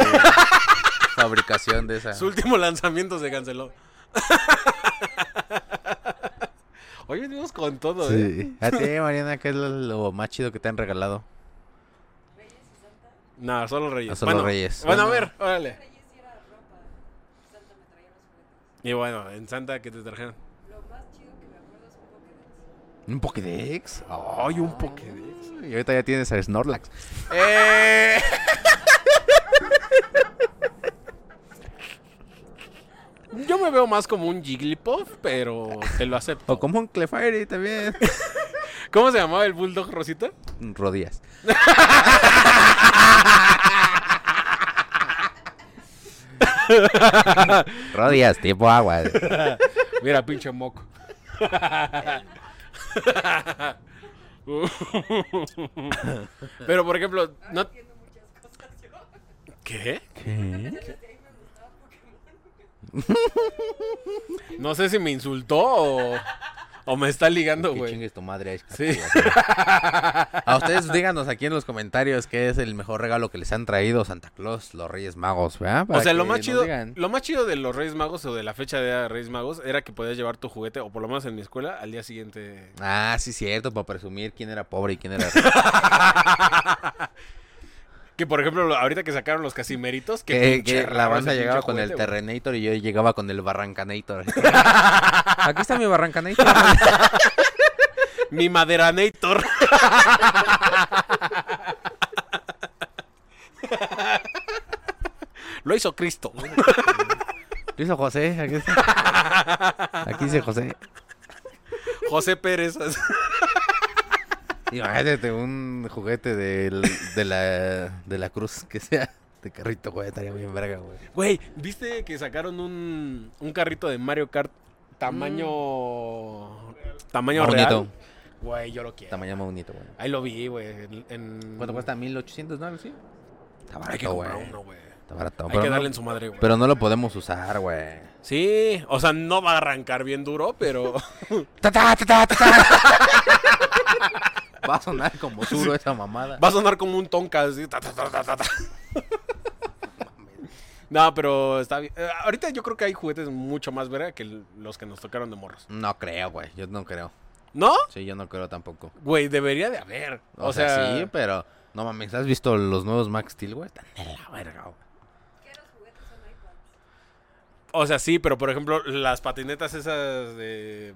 Speaker 1: fabricación de esa.
Speaker 2: Su último lanzamiento se canceló. <laughs> Hoy venimos con todo, ¿eh?
Speaker 1: Sí. A ti, Mariana, ¿qué es lo, lo más chido que te han regalado?
Speaker 2: Nah, solo Reyes.
Speaker 1: Ah, solo
Speaker 2: Bueno,
Speaker 1: Reyes.
Speaker 2: Bueno, a
Speaker 1: Bueno.
Speaker 2: ver, órale.
Speaker 4: Reyes sí era ropa. Santa me traía los juguetes.
Speaker 2: Y bueno, en Santa, ¿qué te trajeron?
Speaker 4: Lo más chido que me acuerdo es un Pokédex.
Speaker 1: ¿Un Pokédex?
Speaker 2: Ay, un Pokédex.
Speaker 1: Y ahorita ya tienes a Snorlax.
Speaker 2: Eh. Yo me veo más como un Jigglypuff, pero te lo acepto.
Speaker 1: O como un Clefairy también.
Speaker 2: ¿Cómo se llamaba el Bulldog Rosita?
Speaker 1: <laughs> Rodillas. Rodillas, tipo agua.
Speaker 2: Mira, pinche moco. <laughs> Pero, por ejemplo, no...
Speaker 4: Entiendo muchas cosas yo.
Speaker 2: ¿Qué?
Speaker 4: Desde ahí me gustaba Pokémon.
Speaker 2: No sé si me insultó o, o me está ligando,
Speaker 1: Que
Speaker 2: güey.
Speaker 1: chingues tu madre. Ash.
Speaker 2: Sí.
Speaker 1: A ustedes díganos aquí en los comentarios qué es el mejor regalo que les han traído Santa Claus, los Reyes Magos, ¿verdad?
Speaker 2: O
Speaker 1: Para
Speaker 2: sea, lo
Speaker 1: que
Speaker 2: más
Speaker 1: nos
Speaker 2: chido,
Speaker 1: digan.
Speaker 2: lo más chido de los Reyes Magos o de la fecha de Reyes Magos era que podías llevar tu juguete, o por lo menos en mi escuela, al día siguiente.
Speaker 1: Ah, sí, cierto, para presumir quién era pobre y quién era rico.
Speaker 2: Que por ejemplo, lo- ahorita que sacaron los casimeritos, que,
Speaker 1: que,
Speaker 2: pinche
Speaker 1: que la
Speaker 2: raro
Speaker 1: banda
Speaker 2: ese
Speaker 1: llegaba
Speaker 2: pinche
Speaker 1: con el
Speaker 2: juguete, güey.
Speaker 1: Terrenator y yo llegaba con el Barrancanator. <laughs> Aquí está mi Barrancanator.
Speaker 2: Mi
Speaker 1: <laughs>
Speaker 2: maderanator. lo hizo Cristo.
Speaker 1: Lo hizo José, aquí está. Aquí dice José.
Speaker 2: José Pérez. <laughs>
Speaker 1: Imagínate un juguete del- de, la, de la cruz que sea de carrito, güey. Estaría bien verga, güey.
Speaker 2: Güey, ¿viste que sacaron un, un carrito de Mario Kart tamaño. Tamaño real?
Speaker 1: Bonito.
Speaker 2: Güey, yo lo quiero.
Speaker 1: Tamaño más bonito, güey.
Speaker 2: Ahí lo vi, güey. En, en-
Speaker 1: ¿Cuánto cuesta? ¿1800, no? Algo así. Está
Speaker 2: Hay que
Speaker 1: barato, güey.
Speaker 2: comprar uno, güey.
Speaker 1: Está barato.
Speaker 2: Hay
Speaker 1: Pero
Speaker 2: que darle
Speaker 1: no,
Speaker 2: en su madre, güey.
Speaker 1: pero no lo podemos usar, güey.
Speaker 2: Sí, o sea, no va a arrancar bien duro, pero.
Speaker 1: Ta, ta, ta, ta, ta, ta. Va a sonar como duro esa mamada.
Speaker 2: Va a sonar como un tonka así. ta, ta, ta, ta, ta, ta. No, pero está bien. Eh, ahorita yo creo que hay juguetes mucho más verga que l- los que nos tocaron de morros.
Speaker 1: No creo, güey. Yo no creo.
Speaker 2: ¿No?
Speaker 1: Sí, yo no creo tampoco.
Speaker 2: Güey, debería de haber.
Speaker 1: O, sea, sí, pero no mames, ¿has visto los nuevos Max Steel, güey? Están de la verga, güey.
Speaker 4: Que los juguetes son iPads.
Speaker 2: O sea, sí, pero por ejemplo, las patinetas esas de.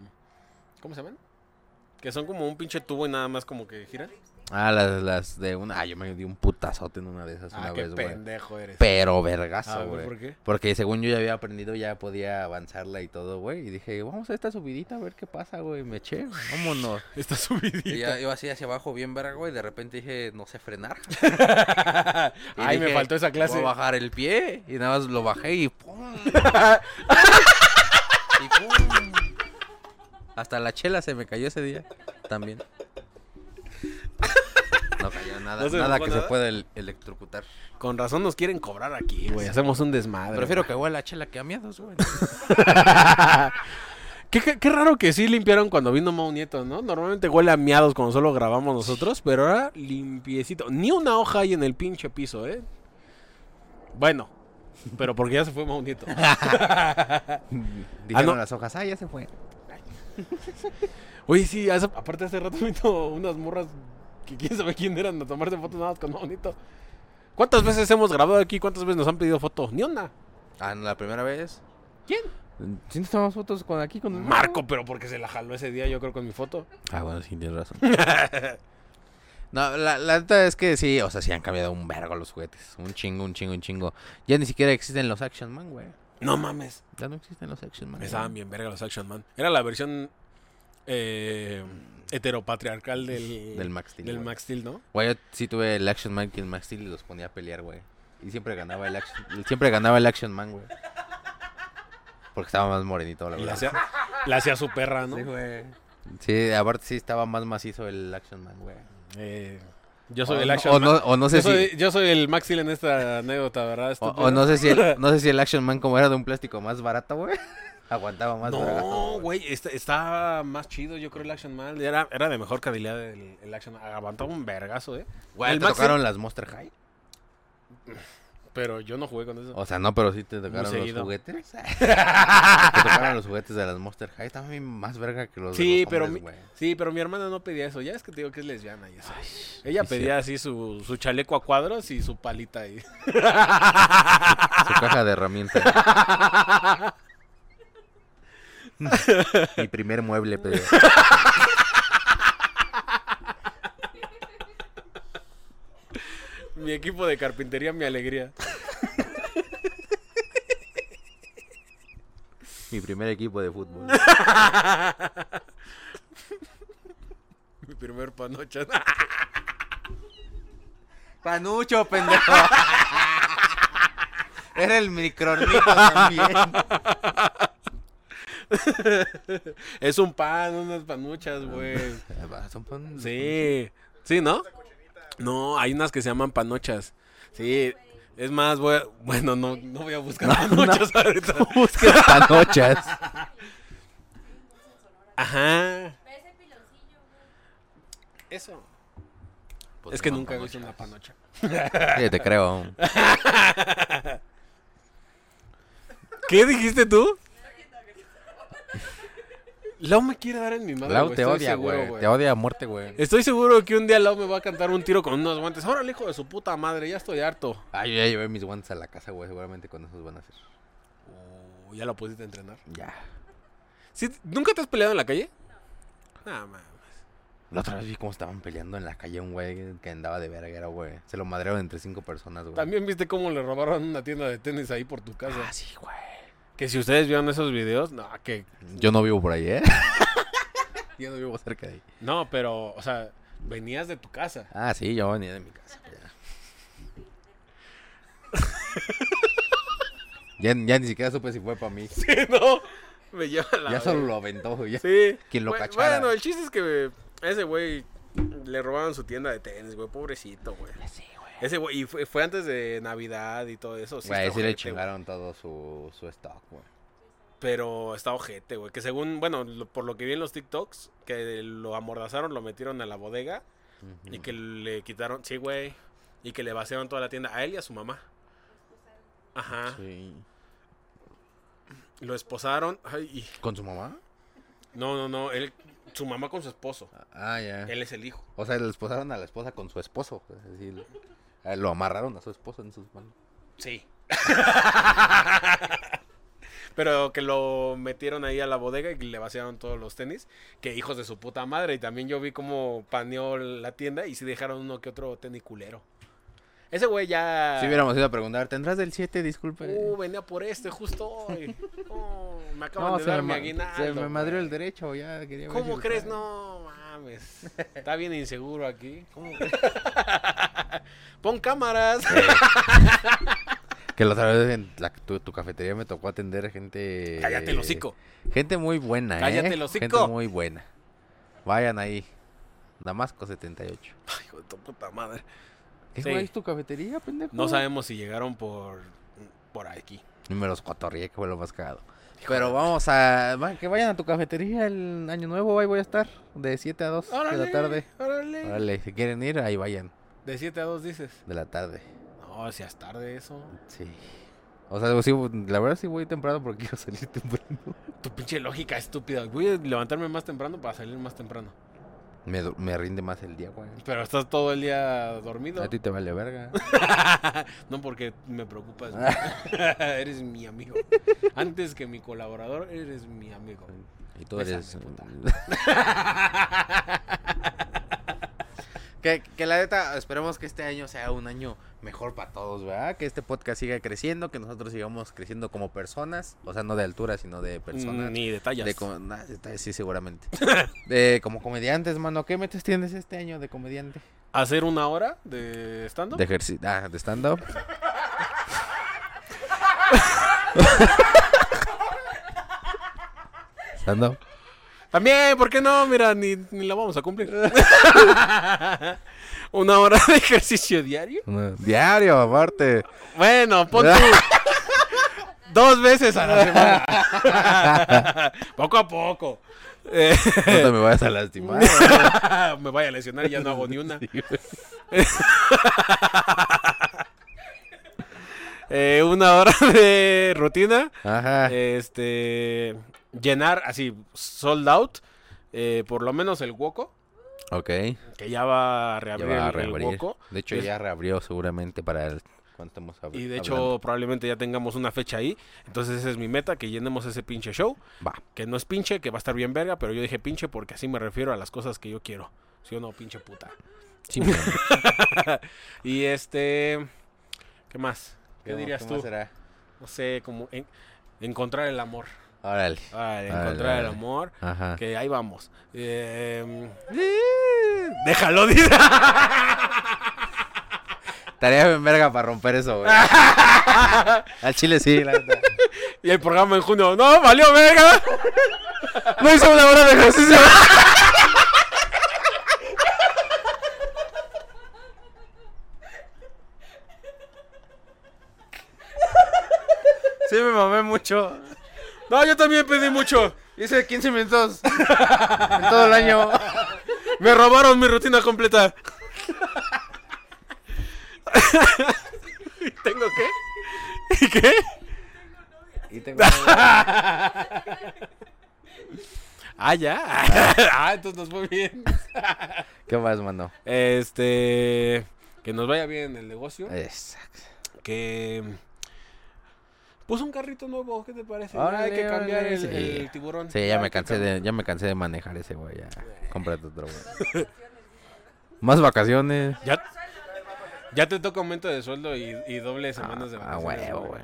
Speaker 2: ¿Cómo se llaman? Que son como un pinche tubo y nada más como que giran.
Speaker 1: Ah, las, las de una. Ah, yo me di un putazote en una de esas
Speaker 2: Ah,
Speaker 1: una
Speaker 2: qué
Speaker 1: vez, güey.
Speaker 2: pendejo eres.
Speaker 1: Pero
Speaker 2: Ah,
Speaker 1: vergazo, güey.
Speaker 2: güey, ¿por qué?
Speaker 1: Porque según yo ya había aprendido, ya podía avanzarla y todo, güey. Y dije, vamos a esta subidita a ver qué pasa, güey. Me eché, güey, vámonos.
Speaker 2: Está subidita.
Speaker 1: Y ya, yo así hacia abajo, bien verga, güey. Y de repente dije, no sé frenar. Y
Speaker 2: Ay, me
Speaker 1: dije,
Speaker 2: faltó esa clase.
Speaker 1: Voy a bajar el pie. Y nada más lo bajé y ¡pum! y ¡pum! Hasta la chela se me cayó ese día también. No cayó nada,
Speaker 2: ¿No se
Speaker 1: nada
Speaker 2: mojó
Speaker 1: que
Speaker 2: nada?
Speaker 1: se pueda el- electrocutar.
Speaker 2: Con razón nos quieren cobrar aquí, güey. Hacemos un desmadre. <laughs>
Speaker 1: Prefiero que huela a chela que a miedos, güey.
Speaker 2: Qué, qué- qué raro que sí limpiaron cuando vino Mau Nieto, ¿no? Normalmente huele a miados cuando solo grabamos nosotros, pero ahora limpiecito. Ni una hoja hay en el pinche piso, ¿eh? Bueno, pero porque ya se fue Mau <laughs> Nieto.
Speaker 1: <laughs> Dijeron
Speaker 2: no.
Speaker 1: las hojas, ah, ya se fue.
Speaker 2: Oye, sí, hace- aparte hace rato vino unas morras que quién sabe quién eran a tomarse fotos nada más con Mau Nieto. ¿Cuántas veces hemos grabado aquí? ¿Cuántas veces nos han pedido foto? Ni una.
Speaker 1: Ah, no, la primera vez.
Speaker 2: ¿Quién?
Speaker 1: ¿Sí nos tomamos fotos con aquí con el
Speaker 2: Marco, pero porque se la jaló ese día, yo creo, con mi foto.
Speaker 1: Ah, bueno, sí, tienes
Speaker 2: <laughs>
Speaker 1: razón. No, la, la neta es que sí, o sea, sí han cambiado un vergo los juguetes. Un chingo, un chingo, un chingo. Ya ni siquiera existen los Action Man, güey.
Speaker 2: No mames.
Speaker 1: Ya no existen los Action Man.
Speaker 2: Estaban
Speaker 1: güey.
Speaker 2: bien verga los Action Man. Era la versión eh, heteropatriarcal del,
Speaker 1: Del Max Steel,
Speaker 2: del
Speaker 1: güey.
Speaker 2: Max Steel, ¿no?
Speaker 1: Güey, yo sí tuve el Action Man que el Max Steel y los ponía a pelear, güey. Y siempre ganaba el Action, <laughs> siempre ganaba el Action Man, güey. Porque estaba más morenito, la
Speaker 2: Y la
Speaker 1: verdad.
Speaker 2: hacía, la hacía su perra, ¿no?
Speaker 1: Sí, güey. Sí, aparte sí estaba más macizo el Action Man, güey.
Speaker 2: Eh, yo soy
Speaker 1: O
Speaker 2: el
Speaker 1: no-
Speaker 2: Action
Speaker 1: o
Speaker 2: Man.
Speaker 1: No, o no sé
Speaker 2: yo,
Speaker 1: si...
Speaker 2: soy, yo soy el Max Steel en esta anécdota, ¿verdad?
Speaker 1: O,
Speaker 2: estúpido?
Speaker 1: o no sé
Speaker 2: <laughs>
Speaker 1: si el, no sé si el Action Man como era de un plástico más barato, güey. <laughs> Aguantaba más vergazo,
Speaker 2: No, güey, está- estaba más chido, yo creo, el Action Man. Era, era de mejor calidad el, el Action Man. Aguantaba un vergazo, ¿eh?
Speaker 1: Güey,
Speaker 2: el
Speaker 1: ¿te
Speaker 2: Max
Speaker 1: tocaron las Monster High?
Speaker 2: Pero yo no jugué con eso.
Speaker 1: O sea, no, pero sí te tocaron los
Speaker 2: seguido. <laughs>
Speaker 1: juguetes. te tocaron los juguetes de las Monster High. Estaban bien más verga que los
Speaker 2: Sí,
Speaker 1: de los
Speaker 2: pero
Speaker 1: hombres,
Speaker 2: mi-
Speaker 1: güey.
Speaker 2: Sí, pero mi hermana no pedía eso. Ya es que te digo que es lesbiana y eso. Ella
Speaker 1: sí,
Speaker 2: pedía así su, su chaleco a cuadros y su palita ahí. <laughs>
Speaker 1: Su caja de herramientas. Mi primer mueble, pero...
Speaker 2: Mi equipo de carpintería, mi alegría. <laughs>
Speaker 1: Mi primer equipo de fútbol.
Speaker 2: Mi primer panocha. <laughs>
Speaker 1: Panucho, pendejo. <laughs> Era el micronito también.
Speaker 2: es un pan, unas panuchas,
Speaker 1: <laughs>
Speaker 2: güey.
Speaker 1: Son pan-
Speaker 2: Sí. Sí, ¿no? No, hay unas que se llaman panochas. Sí. Es más, voy a- bueno, no, no voy a buscar
Speaker 1: <laughs>
Speaker 2: panochas ahorita.
Speaker 1: Busca panochas.
Speaker 2: Ajá.
Speaker 4: Ve ese piloncillo, güey.
Speaker 2: Eso. es que nunca he visto una panocha.
Speaker 1: Sí, te creo.
Speaker 2: ¿Qué dijiste tú? Lau me quiere dar en mi madre.
Speaker 1: Lau
Speaker 2: güey,
Speaker 1: te
Speaker 2: estoy
Speaker 1: odia,
Speaker 2: seguro,
Speaker 1: güey. Te odia a muerte, güey.
Speaker 2: Estoy seguro que un día Lau me va a cantar un tiro con unos guantes. Órale, hijo de su puta madre, ya estoy harto.
Speaker 1: Ah, yo ya llevé mis guantes a la casa, güey. Seguramente con esos van a hacer.
Speaker 2: Uh, ya lo pudiste entrenar.
Speaker 1: Ya.
Speaker 2: ¿Sí? ¿Nunca te has peleado en la calle? No, mames.
Speaker 1: La otra vez vi cómo estaban peleando en la calle un güey que andaba de verguero, güey. Se lo madrearon entre cinco personas, güey.
Speaker 2: También viste cómo le robaron una tienda de tenis ahí por tu casa.
Speaker 1: Ah, sí, güey.
Speaker 2: Que si ustedes vieron esos videos, no, que
Speaker 1: Yo no vivo por ahí, <laughs> ¿eh? yo no vivo cerca de ahí.
Speaker 2: no, pero, o sea, venías de tu casa. <laughs>
Speaker 1: Ah, sí, yo venía de mi casa. Ya, ya, ya ni siquiera supe si fue para mí.
Speaker 2: no, me lleva la.
Speaker 1: ya solo lo aventó, güey. ya.
Speaker 2: Sí.
Speaker 1: Quien lo
Speaker 2: Bue-
Speaker 1: cachara.
Speaker 2: Bueno, el chiste es que ese güey le robaron su tienda de tenis, güey. Pobrecito, güey. Ese güey, y fue, fue antes de Navidad y todo eso. Sí,
Speaker 1: Güey,
Speaker 2: está
Speaker 1: sí le
Speaker 2: ojete, güey.
Speaker 1: chingaron todo su, su stock, güey.
Speaker 2: Pero está ojete, güey. Que según, bueno, lo- por lo que vi en los TikToks, que lo amordazaron, lo metieron a la bodega y que le quitaron, sí, güey. Y que le vaciaron toda la tienda a él y a su mamá. Ajá.
Speaker 1: Sí.
Speaker 2: Lo esposaron. Ay, y-
Speaker 1: ¿Con su mamá?
Speaker 2: no, no, no. Él, su mamá con su esposo.
Speaker 1: Ah, ya.
Speaker 2: Él es el hijo.
Speaker 1: O sea, le esposaron a la esposa con su esposo. pues, Es decir, eh, lo amarraron a su esposo en sus manos.
Speaker 2: Sí. <laughs> Pero que lo metieron ahí a la bodega y le vaciaron todos los tenis. Que hijos de su puta madre. Y también yo vi cómo paneó la tienda y sí dejaron uno que otro tenis culero. Ese güey ya.
Speaker 1: Si hubiéramos ido a preguntar, ¿tendrás del 7? Disculpe.
Speaker 2: Uh, venía por este justo
Speaker 1: <laughs>
Speaker 2: hoy. Oh, me acaban
Speaker 1: no,
Speaker 2: de
Speaker 1: se, me,
Speaker 2: dar mi
Speaker 1: ma-
Speaker 2: aguinaldo.
Speaker 1: se me madrió
Speaker 2: güey.
Speaker 1: el derecho, ya quería ver si
Speaker 2: ¿Cómo
Speaker 1: lo
Speaker 2: crees?
Speaker 1: traía.
Speaker 2: No, mames.
Speaker 1: <laughs>
Speaker 2: Está bien inseguro aquí. ¿Cómo <laughs> crees? Pon cámaras.
Speaker 1: Que la otra vez en la- tu, tu cafetería me tocó atender gente...
Speaker 2: <laughs> Cállate, el hocico.
Speaker 1: Gente muy buena, ¿eh?
Speaker 2: Cállate el hocico.
Speaker 1: Gente muy buena. Vayan ahí. Damasco 78.
Speaker 2: Ay, hijo de tu puta madre.
Speaker 1: ¿Qué
Speaker 2: Sí.
Speaker 1: güey es tu cafetería, pendejo?
Speaker 2: No sabemos si llegaron por, por aquí.
Speaker 1: Y me los cotorrié, que fue lo más cagado. Pero vamos a... va- que vayan a tu cafetería el año nuevo, ahí voy a estar. De 7 a 2 de la tarde.
Speaker 2: órale.
Speaker 1: Órale, si quieren ir, ahí vayan.
Speaker 2: De 7 a 2 dices.
Speaker 1: De la tarde.
Speaker 2: No, si es tarde eso.
Speaker 1: Sí. O sea, sí, la verdad sí voy temprano porque <laughs> quiero salir temprano.
Speaker 2: Tu pinche lógica estúpida. Voy a levantarme más temprano para salir más temprano.
Speaker 1: Me, du- me rinde más el día, güey.
Speaker 2: Pero estás todo el día dormido.
Speaker 1: A
Speaker 2: <laughs>
Speaker 1: ti te vale verga.
Speaker 2: no porque me preocupas.
Speaker 1: Ah.
Speaker 2: <laughs> eres mi amigo. Antes que mi colaborador, eres mi amigo.
Speaker 1: Y tú
Speaker 2: Bésame,
Speaker 1: eres...
Speaker 2: puta.
Speaker 1: <laughs> Que, que la neta, esperemos que este año sea un año mejor para todos, ¿verdad? Que este podcast siga creciendo, que nosotros sigamos creciendo como personas, o sea, no de altura, sino de personas.
Speaker 2: Ni detalles.
Speaker 1: de com- nah, está- sí,
Speaker 2: <laughs>
Speaker 1: seguramente. de, como comediantes, mano, ¿qué metes tienes este año de comediante?
Speaker 2: ¿Hacer una hora de stand-up?
Speaker 1: De ejercicio, ah, de
Speaker 2: <laughs>
Speaker 1: stand-up. stand-up.
Speaker 2: También, ¿por qué no? Mira, ni, ni la vamos a
Speaker 1: <laughs>
Speaker 2: cumplir. una hora de ejercicio diario.
Speaker 1: No, Diario, aparte.
Speaker 2: Bueno,
Speaker 1: <laughs>
Speaker 2: pon tú dos veces a la
Speaker 1: <laughs>
Speaker 2: semana. poco a poco. Eh,
Speaker 1: No te me vayas a
Speaker 2: <laughs>
Speaker 1: lastimar.
Speaker 2: me vaya a lesionar y ya no hago ni una. Eh, una hora de rutina.
Speaker 1: Ajá.
Speaker 2: Eh, Este. Llenar así, sold out. eh, por lo menos el hueco.
Speaker 1: Ok.
Speaker 2: Que ya va a reabrir,
Speaker 1: Ya va a
Speaker 2: el-
Speaker 1: reabrir.
Speaker 2: el hueco.
Speaker 1: De hecho,
Speaker 2: Es-
Speaker 1: ya reabrió seguramente para el... cuando estemos habl-
Speaker 2: Y de hecho,
Speaker 1: hablando.
Speaker 2: probablemente ya tengamos una fecha ahí. Entonces, esa es mi meta: que llenemos ese pinche show.
Speaker 1: Va.
Speaker 2: Que no es pinche, que va a estar bien verga. Pero yo dije pinche porque así me refiero a las cosas que yo quiero. ¿Sí o no, pinche puta? <laughs> Y este. ¿Qué más? ¿Qué, dirías tú?
Speaker 1: será?
Speaker 2: No sé, como en- encontrar el amor.
Speaker 1: Órale.
Speaker 2: Ah,
Speaker 1: Órale,
Speaker 2: encontrar el
Speaker 1: órale.
Speaker 2: amor.
Speaker 1: Ajá.
Speaker 2: Que ahí vamos. Eh, eh, déjalo, <laughs> dice.
Speaker 1: Tarea bien verga para romper eso, <laughs> güey. Al chile sí, la neta.
Speaker 2: Y el programa en junio. No, valió verga.
Speaker 1: No hice una hora de ejercicio. Sí, me mamé mucho.
Speaker 2: No, yo también pedí mucho.
Speaker 1: Hice 15 minutos en todo el año.
Speaker 2: Me robaron mi rutina completa. ¿Tengo qué? ¿Y qué?
Speaker 1: Y tengo...
Speaker 2: Ah, ya. ah, entonces nos fue bien.
Speaker 1: ¿Qué más, mano?
Speaker 2: Este. Que nos vaya bien el negocio.
Speaker 1: Exacto.
Speaker 2: Que. Pues un carrito nuevo, ¿qué te parece? Ya
Speaker 1: Órale,
Speaker 2: hay que cambiar
Speaker 1: órale,
Speaker 2: el,
Speaker 1: sí.
Speaker 2: el tiburón.
Speaker 1: Sí, ya me cansé de, ya me cansé de manejar ese güey. Ya. Cómprate otro güey. Más vacaciones.
Speaker 2: Ya, ya te toca aumento de sueldo y, y doble semanas de
Speaker 1: Ah,
Speaker 2: vacaciones.
Speaker 1: huevo, güey.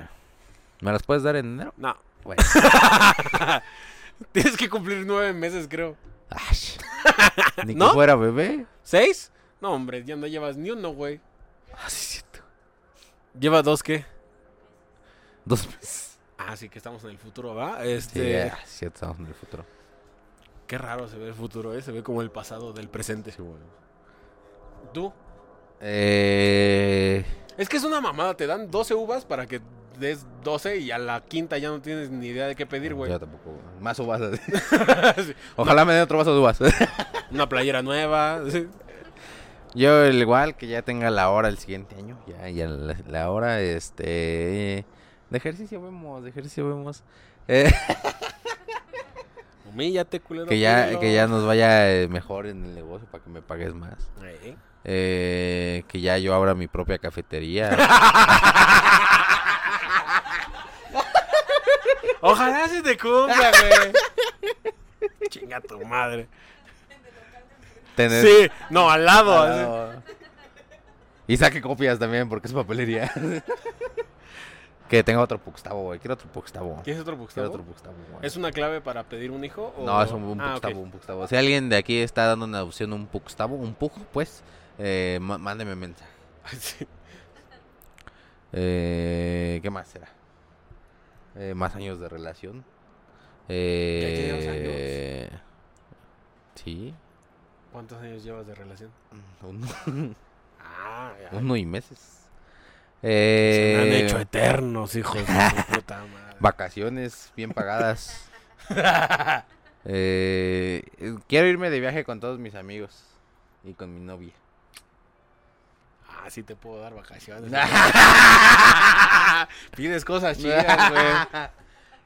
Speaker 1: ¿Me las puedes dar en enero?
Speaker 2: No, <laughs>
Speaker 1: Güey.
Speaker 2: tienes que cumplir nueve meses, creo.
Speaker 1: Ash. Ni que
Speaker 2: ¿No?
Speaker 1: fuera bebé.
Speaker 2: ¿Seis? No, hombre, ya no llevas ni uno, güey.
Speaker 1: Ah, sí, cierto.
Speaker 2: ¿Lleva dos qué?
Speaker 1: Dos meses.
Speaker 2: Ah, sí, que estamos en el futuro, ¿va?
Speaker 1: Sí,
Speaker 2: Este,
Speaker 1: ah, sí, estamos en el futuro.
Speaker 2: Qué raro se ve el futuro, ¿eh? Se ve como el pasado del presente. ¿Tú?
Speaker 1: Eh,
Speaker 2: Es que es una mamada, te dan 12 uvas para que des 12 y a la quinta ya no tienes ni idea de qué pedir, güey.
Speaker 1: Eh, Yo tampoco. güey. Más uvas. <laughs> así.
Speaker 2: Sí,
Speaker 1: Ojalá me den otro vaso de uvas. <laughs>
Speaker 2: una playera nueva. <laughs> sí.
Speaker 1: Yo el igual que ya tenga la hora el siguiente año. Ya, ya la, la hora, este... De ejercicio vemos, de ejercicio vemos. Eh,
Speaker 2: Humíllate, culero.
Speaker 1: que, ya,
Speaker 2: culero.
Speaker 1: que ya nos vaya eh, mejor en el negocio para que me pagues más.
Speaker 2: Eh.
Speaker 1: Eh, que ya yo abra mi propia
Speaker 2: <laughs>
Speaker 1: cafetería.
Speaker 2: Ojalá se
Speaker 1: <laughs>
Speaker 2: te cumpla, güey. Chinga tu madre.
Speaker 1: Tener <laughs>
Speaker 2: Sí, no, al lado.
Speaker 1: al
Speaker 2: así.
Speaker 1: lado. Y saque copias también, porque es papelería. <laughs> que tenga otro Puxtavo, güey. Quiero otro Puxtavo.
Speaker 2: ¿Quieres otro
Speaker 1: Quiero
Speaker 2: Puxtavo?
Speaker 1: otro Puxtavo, güey.
Speaker 2: ¿Es una clave para pedir un hijo? o-
Speaker 1: No, es un, un
Speaker 2: Ah, ok.
Speaker 1: Puxtavo, un Puxtavo. Si alguien de aquí está dando una opción un Puxtavo, un Puj, pues, eh, má- mándeme un mensaje.
Speaker 2: <laughs> Sí.
Speaker 1: Eh, ¿Qué más será? Eh, más años de relación.
Speaker 2: llevas años?
Speaker 1: Eh, sí, Mm,
Speaker 2: ¿Cuántos años llevas de relación?
Speaker 1: uno,
Speaker 2: Ah, ya.
Speaker 1: uno y meses.
Speaker 2: Se me han
Speaker 1: Eh,
Speaker 2: hecho eternos, hijos de
Speaker 1: <laughs>
Speaker 2: su puta madre.
Speaker 1: vacaciones bien
Speaker 2: <laughs>
Speaker 1: pagadas. Eh, eh, quiero irme de viaje con todos mis amigos y con mi
Speaker 2: <laughs>
Speaker 1: novia.
Speaker 2: Ah, sí te puedo dar vacaciones. Pides <laughs> cosas chidas, güey.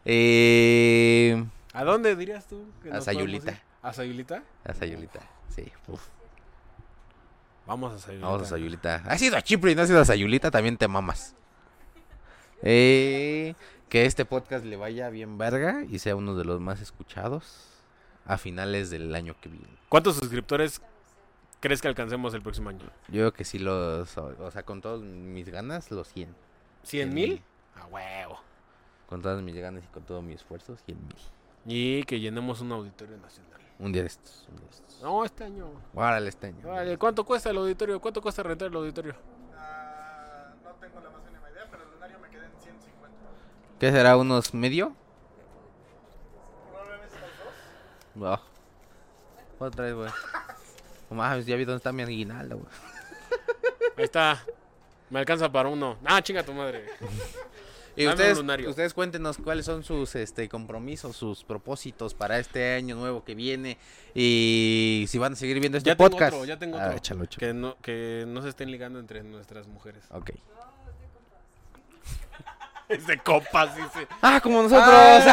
Speaker 1: Eh,
Speaker 2: ¿A dónde dirías tú? que
Speaker 1: A
Speaker 2: nos podemos
Speaker 1: Sayulita.
Speaker 2: ir? ¿A Sayulita?
Speaker 1: a Sayulita, sí. uf.
Speaker 2: Vamos a Sayulita.
Speaker 1: Vamos a Sayulita. Has ido a Chipre y no has ido a Sayulita, también te mamas. Eh, que este podcast le vaya bien verga y sea uno de los más escuchados a finales del año que viene.
Speaker 2: ¿Cuántos suscriptores crees que alcancemos el próximo año?
Speaker 1: Yo creo que sí los, o sea, con todas mis ganas, los 100.
Speaker 2: ¿Cien mil? A huevo.
Speaker 1: Con todas mis ganas y con todo mi esfuerzo, 100 mil.
Speaker 2: Y que llenemos un auditorio nacional.
Speaker 1: Un día de estos, un día de estos.
Speaker 2: No, este año.
Speaker 1: Órale, este año.
Speaker 2: Vale, ¿Cuánto cuesta el auditorio? ¿Cuánto cuesta rentar el auditorio?
Speaker 3: Ah, no tengo la más mínima idea, pero el lunario me queda en 150.
Speaker 1: ¿Qué será? ¿Unos medio?
Speaker 3: Probablemente los dos.
Speaker 1: No. Otra vez, güey. No mames, ya vi dónde está mi aguinaldo, güey.
Speaker 2: Ahí está. Me alcanza para uno. Ah, chinga tu madre.
Speaker 1: Y
Speaker 2: Dame un
Speaker 1: ustedes,
Speaker 2: lunario.
Speaker 1: ustedes cuéntenos cuáles son sus este compromisos, sus propósitos para este año nuevo que viene y si van a seguir viendo este
Speaker 2: Ya tengo
Speaker 1: podcast.
Speaker 2: otro, ya tengo
Speaker 1: Ah,
Speaker 2: otro.
Speaker 1: échalo, échalo.
Speaker 2: Que no, que no se estén ligando entre
Speaker 1: <laughs>
Speaker 2: nuestras mujeres.
Speaker 1: Ok.
Speaker 2: Es de copas, dice.
Speaker 1: Ah, como nosotros. <laughs>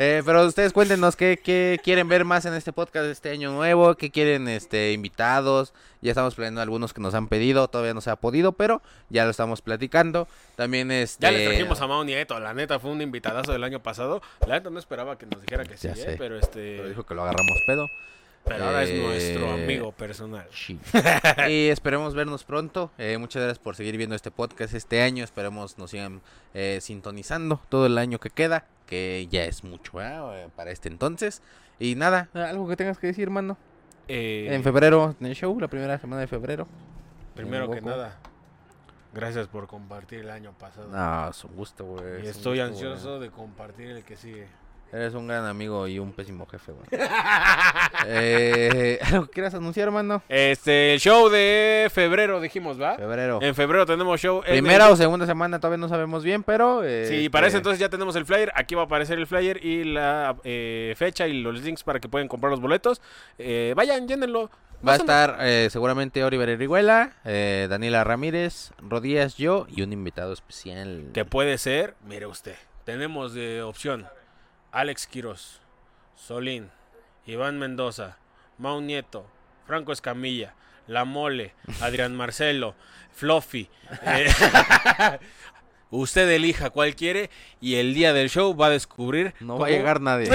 Speaker 1: Eh, pero ustedes cuéntenos qué, qué quieren ver más en este podcast de este año nuevo, qué quieren este invitados. Ya estamos planeando algunos que nos han pedido, todavía no se ha podido, pero ya lo estamos platicando. También este
Speaker 2: Ya les trajimos a Mao Nieto, la neta fue un invitadazo del año pasado. La neta no esperaba que nos dijera que sí,
Speaker 1: Ya
Speaker 2: eh,
Speaker 1: sé.
Speaker 2: pero este
Speaker 1: Pero dijo que lo agarramos pedo.
Speaker 2: pero ahora es nuestro
Speaker 1: Eh,
Speaker 2: amigo personal.
Speaker 1: Sí. <laughs> y esperemos vernos pronto. Eh, muchas gracias por seguir viendo este podcast este año. Esperemos nos sigan eh, sintonizando todo el año que queda, que ya es mucho ¿verdad? Eh, para este entonces. Y nada, algo que tengas que decir, hermano.
Speaker 2: Eh,
Speaker 1: En febrero, en el show, la primera semana de febrero.
Speaker 2: primero que
Speaker 1: Goku.
Speaker 2: nada, gracias por compartir el año pasado.
Speaker 1: No, es un gusto, güey. es un
Speaker 2: y estoy
Speaker 1: gusto, güey.
Speaker 2: ansioso de compartir el que sigue.
Speaker 1: Eres un gran amigo y un pésimo jefe,
Speaker 2: <laughs>
Speaker 1: güey. Eh, <laughs> ¿Algo que quieras anunciar, hermano?
Speaker 2: Este, el show de febrero dijimos, ¿va?
Speaker 1: Febrero.
Speaker 2: En febrero tenemos show en el-
Speaker 1: Primera o segunda semana, todavía no sabemos bien, pero... eh,
Speaker 2: eh, Sí, para
Speaker 1: este,
Speaker 2: ese entonces ya tenemos el flyer. Aquí va a aparecer el flyer y la eh, fecha y los links para que puedan comprar los boletos. Eh, vayan, llénenlo.
Speaker 1: Va a
Speaker 2: Más o
Speaker 1: estar eh, seguramente Oliver Erihuela, eh, Daniela Ramírez, Rodías, yo y un invitado especial.
Speaker 2: Que puede ser, mire usted, tenemos de opción Alex Quiroz, Solín, Iván Mendoza, Mau Nieto, Franco Escamilla, La Mole, Adrián Marcelo, Fluffy. eh, <laughs> usted elija cuál quiere y el día del show va a descubrir
Speaker 1: No
Speaker 2: cómo-
Speaker 1: va a llegar <laughs> nadie.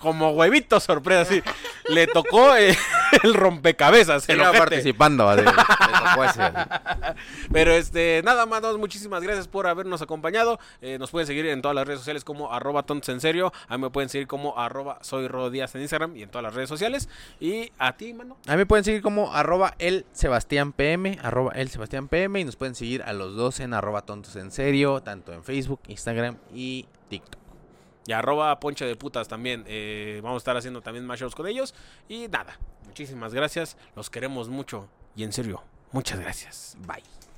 Speaker 2: como huevito sorpresa. así. Le tocó eh, <laughs> el rompecabezas. el
Speaker 1: Siga
Speaker 2: ojete.
Speaker 1: participando. así, le tocó ese, así.
Speaker 2: Pero este, nada más, dos, muchísimas gracias por habernos acompañado. Eh, nos pueden seguir en todas las redes sociales como arroba tontos en serio. A mí me pueden seguir como arroba soy Ro Díaz en Instagram y en todas las redes sociales. Y a ti, mano.
Speaker 1: A mí pueden seguir como arroba el Sebastián PM, arroba el Sebastián PM y nos pueden seguir a los dos en arroba tontos en serio, tanto en Facebook, Instagram y TikTok.
Speaker 2: Y arroba ponche de putas también. Eh, vamos a estar haciendo también más shows con ellos. Y nada, muchísimas gracias. Los queremos mucho. Y en serio, muchas gracias. Bye.